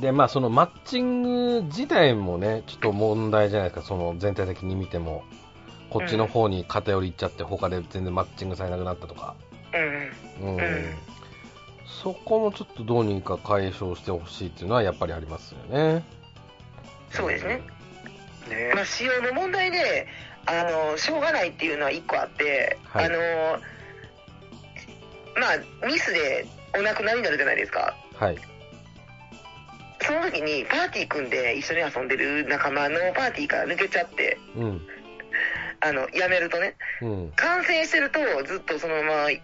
S1: で、まあ、そのマッチング自体もね、ちょっと問題じゃないですか、その全体的に見ても、こっちの方に偏りいっちゃって、他で全然マッチングされなくなったとか、
S3: うん
S1: うん
S3: うん
S1: そこもちょっとどうにか解消してほしいっていうのはやっぱりありますよね。
S3: そうですね。
S2: ね
S3: まあ、仕様の問題であのしょうがないっていうのは一個あって、
S1: はい
S3: あのまあミスでお亡くなりになるじゃないですか
S1: はい。
S3: その時にパーティー組んで一緒に遊んでる仲間のパーティーから抜けちゃって
S1: うん。
S3: あのやめるとね
S1: うん。
S3: 感染してるとずっとそのまま居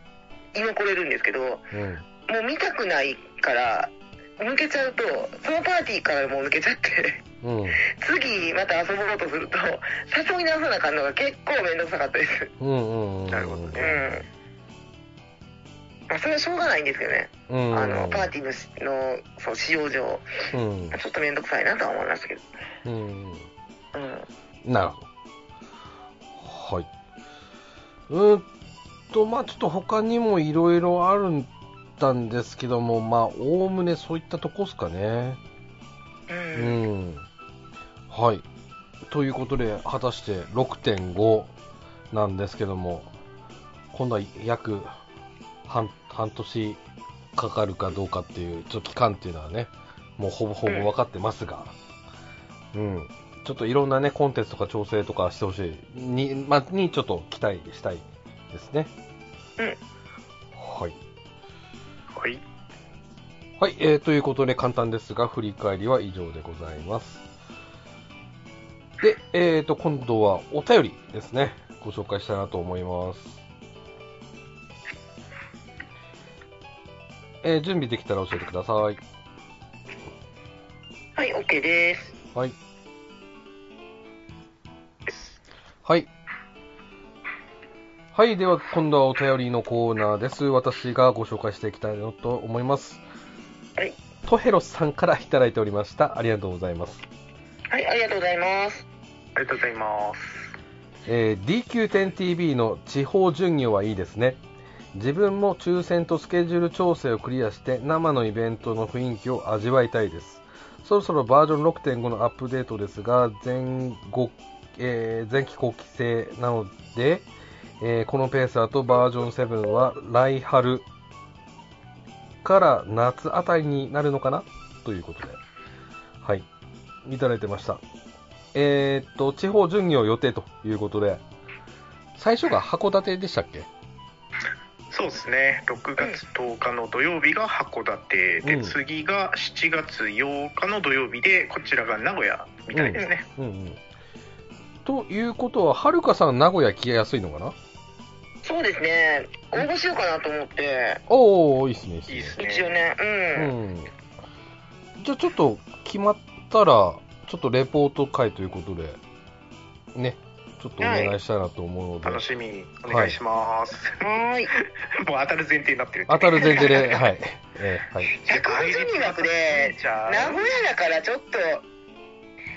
S3: 残れるんですけども
S1: うん。
S3: う見たくないから抜けちゃうとそのパーティーからもう抜けちゃって
S1: うん。
S3: 次また遊ぼうとすると誘い直さなあかんのが結構面倒くさかったです
S1: うんうんうん。
S2: なるほどね
S3: まあ、それはしょうがないんですけどね、
S1: うん。
S3: あのパーティーのしのそう使用上、
S1: ィー。
S3: ちょっと面倒くさいなとは思いましたけど、
S1: うん。うん。
S3: うん、
S1: なるほど。はい。うーんと、まあちょっと他にもいろいろあるんだんですけども、まあおおむねそういったとこですかね。う
S3: うん
S1: ん。はい。ということで、果たして6.5なんですけども、今度は約半半年かかるかどうかっていう、ちょっと期間っていうのはね、もうほぼほぼ分かってますが、うん。ちょっといろんなね、コンテンツとか調整とかしてほしい、に、まあ、にちょっと期待したいですね。
S3: うん
S1: はい。
S2: はい
S1: はい、えー、ということで簡単ですが、振り返りは以上でございます。で、えーと、今度はお便りですね、ご紹介したいなと思います。えー、準備できたら教えてください。
S3: はい OK です
S1: はい。はい。はい。では、今度はお便りのコーナーです。私がご紹介していきたいなと思います。
S3: はい。
S1: トヘロスさんからいただいておりました。ありがとうございます。
S3: はいありがとうございます
S2: ありがとうございます
S1: えー DQ10TV の地方巡業はいいですね自分も抽選とスケジュール調整をクリアして生のイベントの雰囲気を味わいたいですそろそろバージョン6.5のアップデートですが全後えー前期後期制なので、えーこのペースだとバージョン7は来春から夏あたりになるのかなということではいいただいてましたえーっと、地方巡業予定ということで、最初が函館でしたっけ
S2: そうですね6月10日の土曜日が函館で、
S1: うん
S2: 次が7月8日の土曜日でこちらが名古屋みたいですね、
S1: うんうん。ということは、はるかさん、名古屋来やすいのかな
S3: そうですね応募しようかなと思って
S1: おー、いいっすね、いいっ
S2: いいっ
S1: す
S2: す
S1: ね。
S2: ね
S3: 一応ねうん、
S1: うん。じゃあ、ちょっと決まったら、ちょっとレポート会ということで、ね、ちょっとお願いしたいなと思うので、
S2: 楽しみにお願いします、
S3: はーい
S2: もう当たる前提になってる
S1: 当たる前提 で、はい。えーはい。
S3: 150人枠で
S2: じゃあ
S3: 名古屋だからちょっと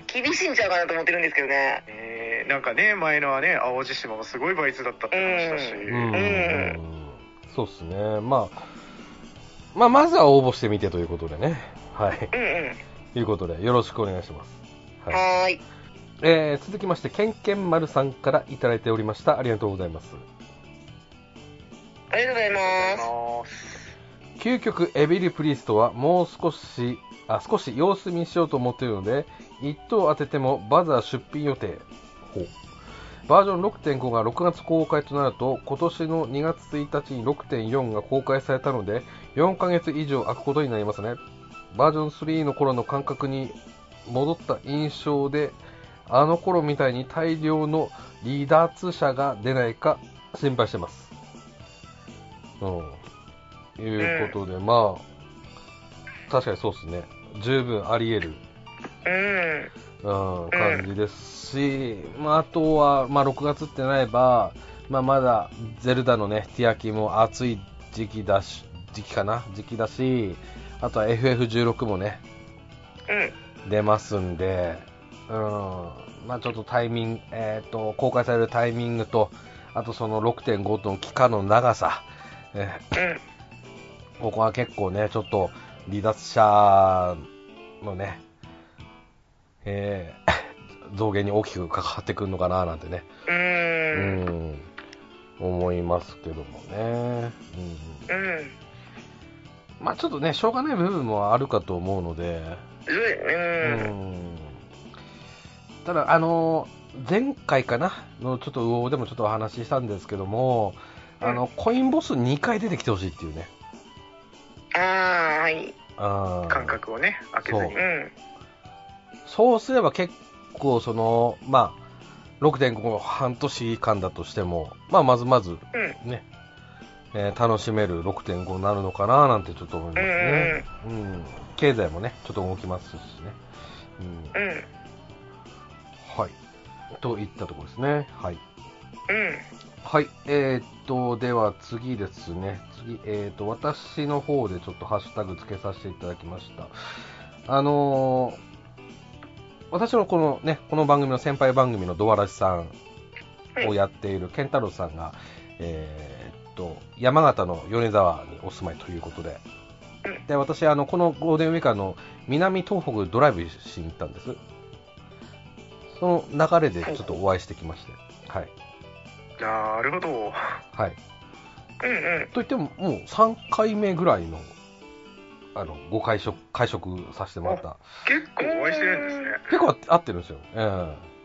S3: 厳しいんちゃうかなと思ってるんですけどね
S2: えーなんかね前のはね淡路島もすごい倍率だったって話だし、
S1: うん
S3: ん
S1: そうですね、まあ、まあ、まずは応募してみてということでね、はい、
S3: うんうん
S1: ということで、よろしくお願いします。はい
S3: はーい
S1: えー続きまして、けんけんまるさんからいただいておりました、ありがとうございます。
S3: ありがとうございます
S1: 究極、エビリプリストはもう少し、あ、少し様子見しようと思っているので、1等当ててもバザー出品予定。バージョン6.5が6月公開となると、今年の2月1日に6.4が公開されたので、4ヶ月以上空くことになりますね。バージョン3の頃の感覚に戻った印象で、あの頃みたいに大量の離脱者が出ないか心配してます。うん。いうことで、まあ、確かにそうですね。十分あり得る
S3: うん
S1: うん、感じですし、まあ、あとは、まあ、6月ってなれば、まあ、まだゼルダのね、ティアキも暑い時期だし、時期かな、時期だし、あとは FF16 もね、
S3: うん。
S1: 出ますんで、うん、まあちょっとタイミング、えっ、と、公開されるタイミングと、あとその6.5トン期間の長さ、え
S3: うん。
S1: ーここは結構ね、ちょっと離脱者のね、えー増減に大きく関わってくるのかななんてね、
S3: う
S1: う
S3: ーん。
S1: ん、思いますけどもね。うん
S3: うん。
S1: まあちょっとね、しょうがない部分もあるかと思うので、
S3: ずうん。うん。
S1: ただ、あの前回かな、のちょっと魚でもちょっとお話ししたんですけども、あのコインボス2回出てきてほしいっていうね、
S3: あー、はい。
S1: あー
S2: 感覚をね開けず
S1: そう
S2: に
S3: うん。
S1: そうすれば結構、そのまあ、6.5半年間だとしても、まあ、まずまず
S3: うん。
S1: ね、えー楽しめる6.5になるのかななんてちょっと思いますね、うん経済もね、ちょっと動きますしね。うん
S3: うん。
S1: はい。といったところですね。はい。
S3: うん。
S1: はい。えー、っと、では次ですね。次、えー、っと、私の方でちょっとハッシュタグつけさせていただきました。あのー私のこのね、この番組の先輩番組のドアラシさんをやっている健太郎さんが、えーっと、山形の米沢にお住まいということで、で、私、あの、このゴールデンウィークあの、南東北ドライブしに行ったんです。その流れでちょっとお会いしてきまして、はい。
S2: なるほど
S1: はい。
S3: うん。うん。
S1: といっても、もう3回目ぐらいの、あの、ご会食、会食させてもらった。
S2: 結構お会いしてるんですね
S1: 結構合ってるんですよ。ええ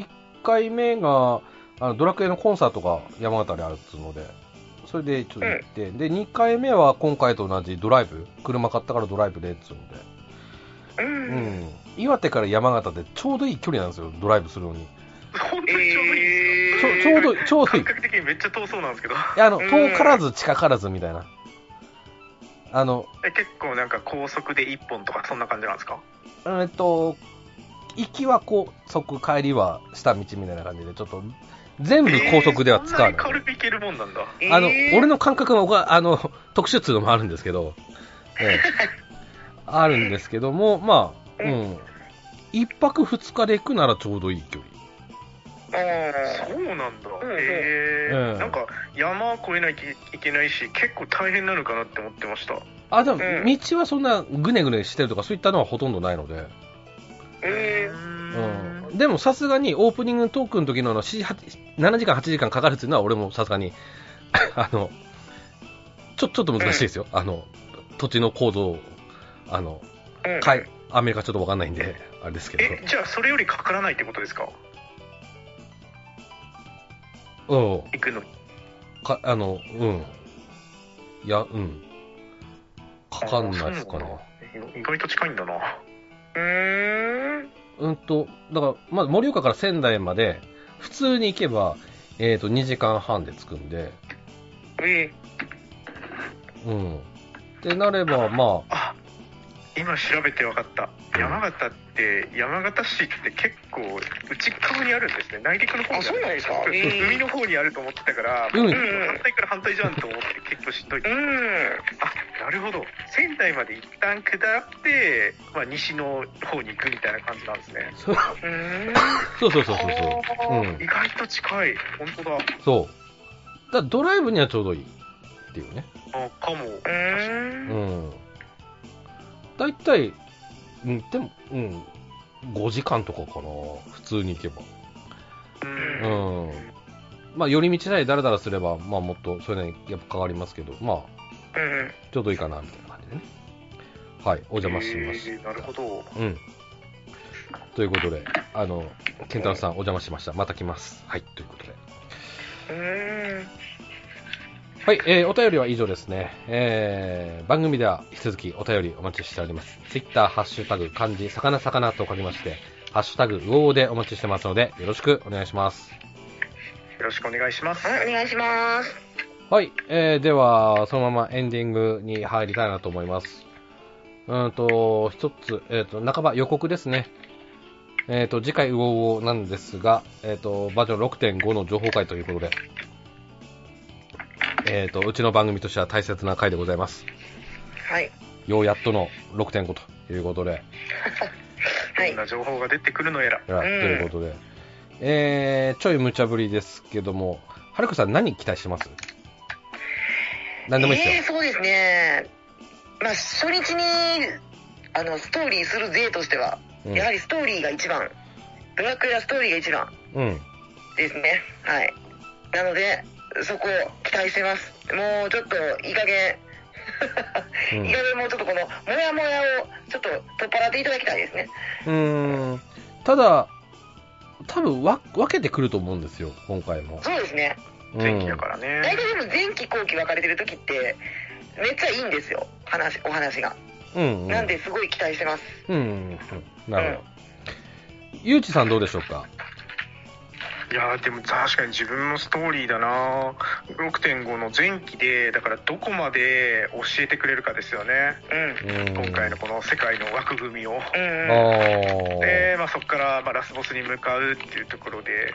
S1: 1回目が、あのドラクエのコンサートが山形にあるっつうので、それでちょっと行って、で、2回目は今回と同じドライブ、車買ったからドライブでっつうので、
S3: うん。
S1: う
S3: うん。
S1: ん。岩手から山形でちょうどいい距離なんですよ、ドライブするの に。
S2: 本当にちょうどいいです
S1: ちょ
S2: か、
S3: えー
S1: ちょうどいい、ちょうどいい。
S2: 感覚的にめっちゃ遠そうなんですけど
S1: いやあの、
S3: うん
S1: 遠からず近からずみたいな。あの、
S2: え結構なんか高速で1本とかそんな感じなんですか
S1: えっと、行きは高速、帰りは下道みたいな感じで、ちょっと、全部高速では使わ
S2: えー
S1: な
S2: そ
S1: い
S2: んに。軽く行けるもんなんだ
S1: あの、
S3: えー
S1: 俺の感覚のが、あの、特殊っつうのもあるんですけど、 ええあるんですけども、まあ、うん。一泊二日で行くならちょうどいい距離。
S3: あー
S2: そうなんだ、
S3: うん
S2: え
S1: うん
S2: ー、なんか山越えなきゃいけないし結構大変なのかなって思ってました
S1: あ、でも、
S3: うん
S1: 道はそんなぐねぐねしてるとか、そういったのはほとんどないので、
S3: えー
S2: ー
S1: うん。でも、さすがにオープニングトークの時のあの、7 8 7時間、8時間かかるっていうのは、俺もさすがに、 あの、ちょ、ちょっと難しいですよ。あの、土地の構造、あの、
S3: うん。
S1: かい、アメリカちょっとわかんないんで、あれですけど。
S2: えじゃあそれよりかからないってことですか
S1: うん。
S2: 行くの
S1: か、あの、うん。いや、うん。かかんないですか
S2: あ
S1: ね。
S2: そうなんだ意外と近いんだな
S3: うーん。
S1: うんと、だから、まあ、盛岡から仙台まで、普通に行けば、えっ、と、2時間半で着くんで、
S3: え
S1: うん。ってなれば、ま
S2: あ今調べて分かった
S1: うん
S2: 山形って山形市って結構内側にあるんですね内陸の方に
S3: あそうなんですか
S2: うん
S3: えー
S2: 海の方にあると思ってたから、
S1: うん
S2: 反対から反対じゃんと思って結構知っとい
S3: ー。
S2: て、
S3: うん。
S2: あなるほど仙台まで一旦下って、まあ、西の方に行くみたいな感じなんですね
S1: あ、そう
S3: うーん。
S1: そうそうそうそうそう。うん
S2: あー。意外と近い本当だ
S1: そう。だからドライブにはちょうどいいっていうね。
S2: あかも
S3: うー。
S1: うんん。だいたい、うん、でも、うん、5時間とかかな、普通に行けば。
S2: うん
S1: うん。まあ、寄り道さえだらだらすれば、まあ、もっと、それなりにやっぱかかりますけど、まあ、
S3: うん。
S1: ちょうどいいかな、みたいな感じでね。はい、お邪魔しました。
S2: えーなるほど
S1: うん。ということで、あの、健太郎さん、お邪魔しました。また来ます。はい、ということで。
S3: うーん。
S1: はい、えー、お便りは以上ですね。えー、番組では引き続きお便りお待ちしております。ツイッター、ハッシュタグ、漢字、魚魚と書きまして、ハッシュタグ、うおうでお待ちしてますので、よろしくお願いします。
S2: よろしくお願いします
S3: はい、お願いします。
S1: はい、えー、では、そのままエンディングに入りたいなと思います。うーんと、一つ、えっ、と、半ば予告ですね。えっ、と、次回、うおうおなんですが、えっ、と、バージョン6.5の情報会ということで、えっ、と、うちの番組としては大切な回でございます。
S3: はい。
S1: ようやっとの6.5ということで、
S3: は
S2: ど
S3: い
S2: んな情報が出てくるのやら。
S1: ということで、えー、ちょい無茶ぶりですけども、はるくさん、何期待してます何でもいいです
S3: えーそうですね。まあ、初日に、あの、ストーリーする勢としては、
S1: よ。
S3: やはりストーリーが一番。ドラクエはストーリーが一番
S1: うん、うん、
S3: ですね。はい。なので、そこを期待してます。もうちょっと、いい加減、
S1: うん
S3: いい加減もうちょっとこの、モヤモヤをちょっと取っ払っていただきたいですね。
S1: うーんただ、多分わ分けてくると思うんですよ、今回も。
S3: そうですね。
S1: うん
S2: 前期だから
S3: 大
S2: ね。
S3: 体でも前期後期分かれてる時って、めっちゃいいんですよ。話、お話が。
S1: うん、うん、
S3: なんで、すごい期待してます。
S1: うんうん、うん、なるほど。ゆうちさん、どうでしょうか。
S2: いやーでも確かに自分もストーリーだな6.5の前期でだからどこまで教えてくれるかですよね
S3: うん。
S1: 今
S2: 今回のこの世界の枠組みを
S3: うん。
S1: あ
S2: で、まあ、そこからまあラスボスに向かうっていうところで、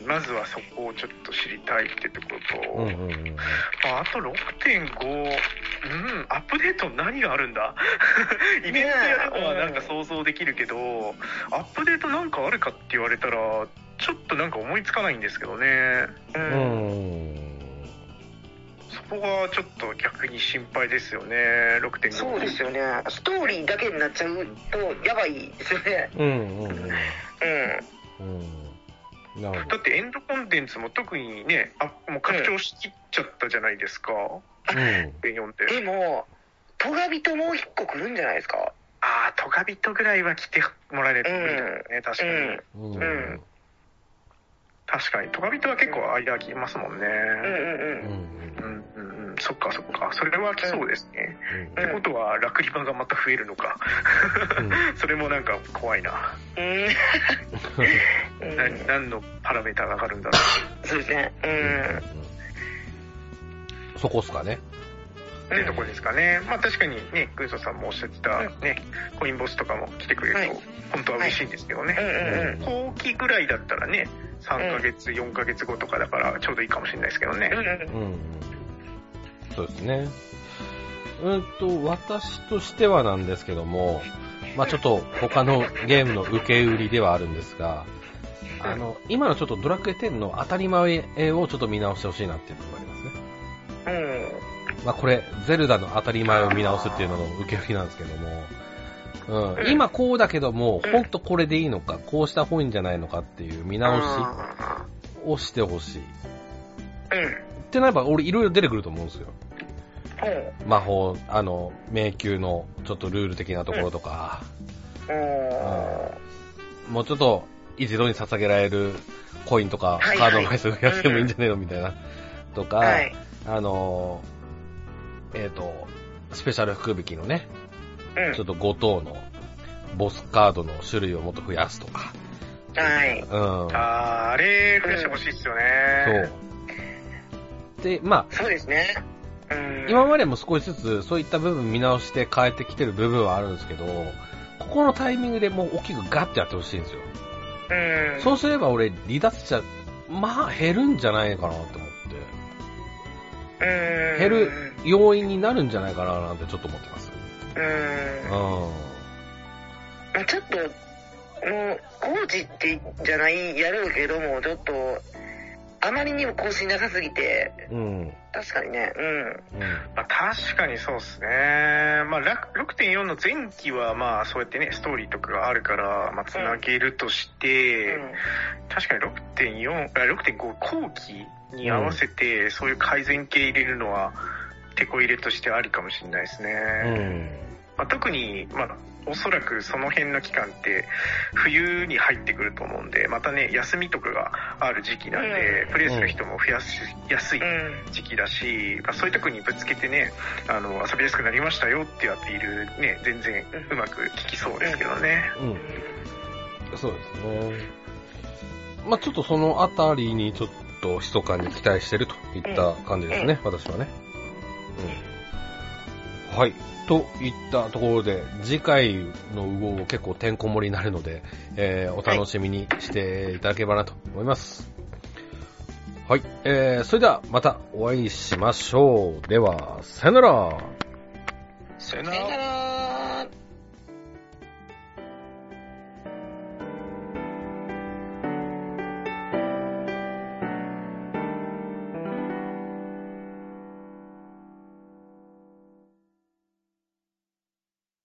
S2: うん、まずはそこをちょっと知りたいっていうとこ
S1: あ、
S2: ろ
S1: うん
S2: と、
S1: うんうん
S2: まあ、あと6.5、うん、アップデート何がある んだイベントやるのはなんか想像できるけど、アップデートなんかあるかって言われたら、ちょっとなんか思いつかないんですけどね、
S1: う
S3: うん
S1: ん、
S2: そこがちょっと逆に心配ですよね、6.5。
S3: そうですよね。ストーリーだけになっちゃうと、やばいですよね。
S1: うんうんうん
S3: う
S1: うん、なるほ
S2: だってエンドコンテンツも特にね、あもう拡張しきっちゃったじゃないですか、
S1: ど。うん
S2: 4って。
S3: ん。でも、トガビともう一個来るんじゃないですか。
S2: ああ、トカビトぐらいは来てもらえるといいですね、確かに。
S3: うん
S1: うん
S3: うん
S2: 確かに、トカビトは結構間空きますもんね。
S3: うん
S1: うんう
S3: うん
S1: ん
S2: うんうんうん、そっかそっか。それは来そうですね。
S3: う
S2: っ
S3: ん
S2: てことは、ラクリマがまた増えるのか。それもなんか怖いな。
S3: うん。うん。
S2: な何のパラメータが上がるんだろ
S3: そうですね。う
S1: うん
S3: ん。
S1: そこっすかね。
S2: うってとこですかね。まあ確かにね、グーソさんもおっしゃってたね、コインボスとかも来てくれる
S3: は
S2: と、本当は嬉しいんですけどね
S3: うん。うんうん。
S2: 後期ぐらいだったらね、3ヶ月、4ヶ月後とかだからちょうどいいかもしれないですけどね
S3: う。ん
S1: うんうん、そうですね。うんと、私としてはなんですけども、まあちょっと他のゲームの受け売りではあるんですが、あの、今のちょっとドラクエ10の当たり前をちょっと見直してほしいなっていうところがありますね。
S3: うん。
S1: まあ、これ、ゼルダの当たり前を見直すっていうのの受け売りなんですけども、うん、今こうだけども、
S3: うん
S1: ほんとこれでいいのか、こうした方がいいんじゃないのかっていう見直し
S3: あ
S1: をしてほしい。っ
S3: ーうん。
S1: てなれば、俺いろいろ出てくると思うんですよ。
S3: うん
S1: 魔法、あの、迷宮のちょっとルール的なところとか、
S3: うん
S1: もうちょっと一度に捧げられるコインとか、
S3: はい
S1: カ
S3: はい
S1: ードの回数増やしてもいいんじゃねえのみたいな。とか、
S3: はい。
S1: あの、えっ、と、スペシャル福引きのね、
S3: うん
S1: ちょっと5等のボスカードの種類をもっと増やすとか。
S3: はい。
S1: うん。そ
S2: あーあれ増やしてほしいっすよね。
S1: う。で、まあ、
S3: そうですね。うん。
S1: 今までも少しずつそういった部分見直して変えてきてる部分はあるんですけど、ここのタイミングでもう大きくガッてやってほしいんですよ。
S3: うん。
S1: そうすれば俺離脱者、まあ減るんじゃないかなと思って、
S3: うん。
S1: 減る要因になるんじゃないかななんてちょっと思ってます。
S3: うん。
S1: う
S3: まあ、ちょっと、もう、工事って、じゃない、やろうけども、ちょっと、あまりにも更新なさすぎて、
S1: ん。うん。
S3: 確かにね、うん。
S2: まあ、確かにそうですね。まあ、ら6.4の前期は、まあ、そうやってね、ストーリーとかがあるから、まあ、つなげるとして、確かに6.4、あ6.5後期に合わせて、そういう改善系入れるのは、手こ入れとしてありかもしれないですね。
S1: うん。
S2: まあ、特に、まあ、おそらくその辺の期間って、冬に入ってくると思うんで、またね、休みとかがある時期なんで、プレイする人も増やしやすい
S3: うん。うん。
S2: 時期だし、まあ、そういうとこにぶつけてねあの遊びやすくなりましたよっていうアピールね全然うまく聞きそうですけどね、
S1: うん。そうですね。まあちょっとそのあたりにちょっと密かに期待してるといった感じですね、私はね。うん。はい。といったところで、次回の羽毛結構てんこ盛りになるので、えーお楽しみにしていただければなと思います。はい。えー、それではまたお会いしましょう。では、さよなら。
S4: さよ
S2: さ
S4: な
S2: よな
S4: ら
S2: ら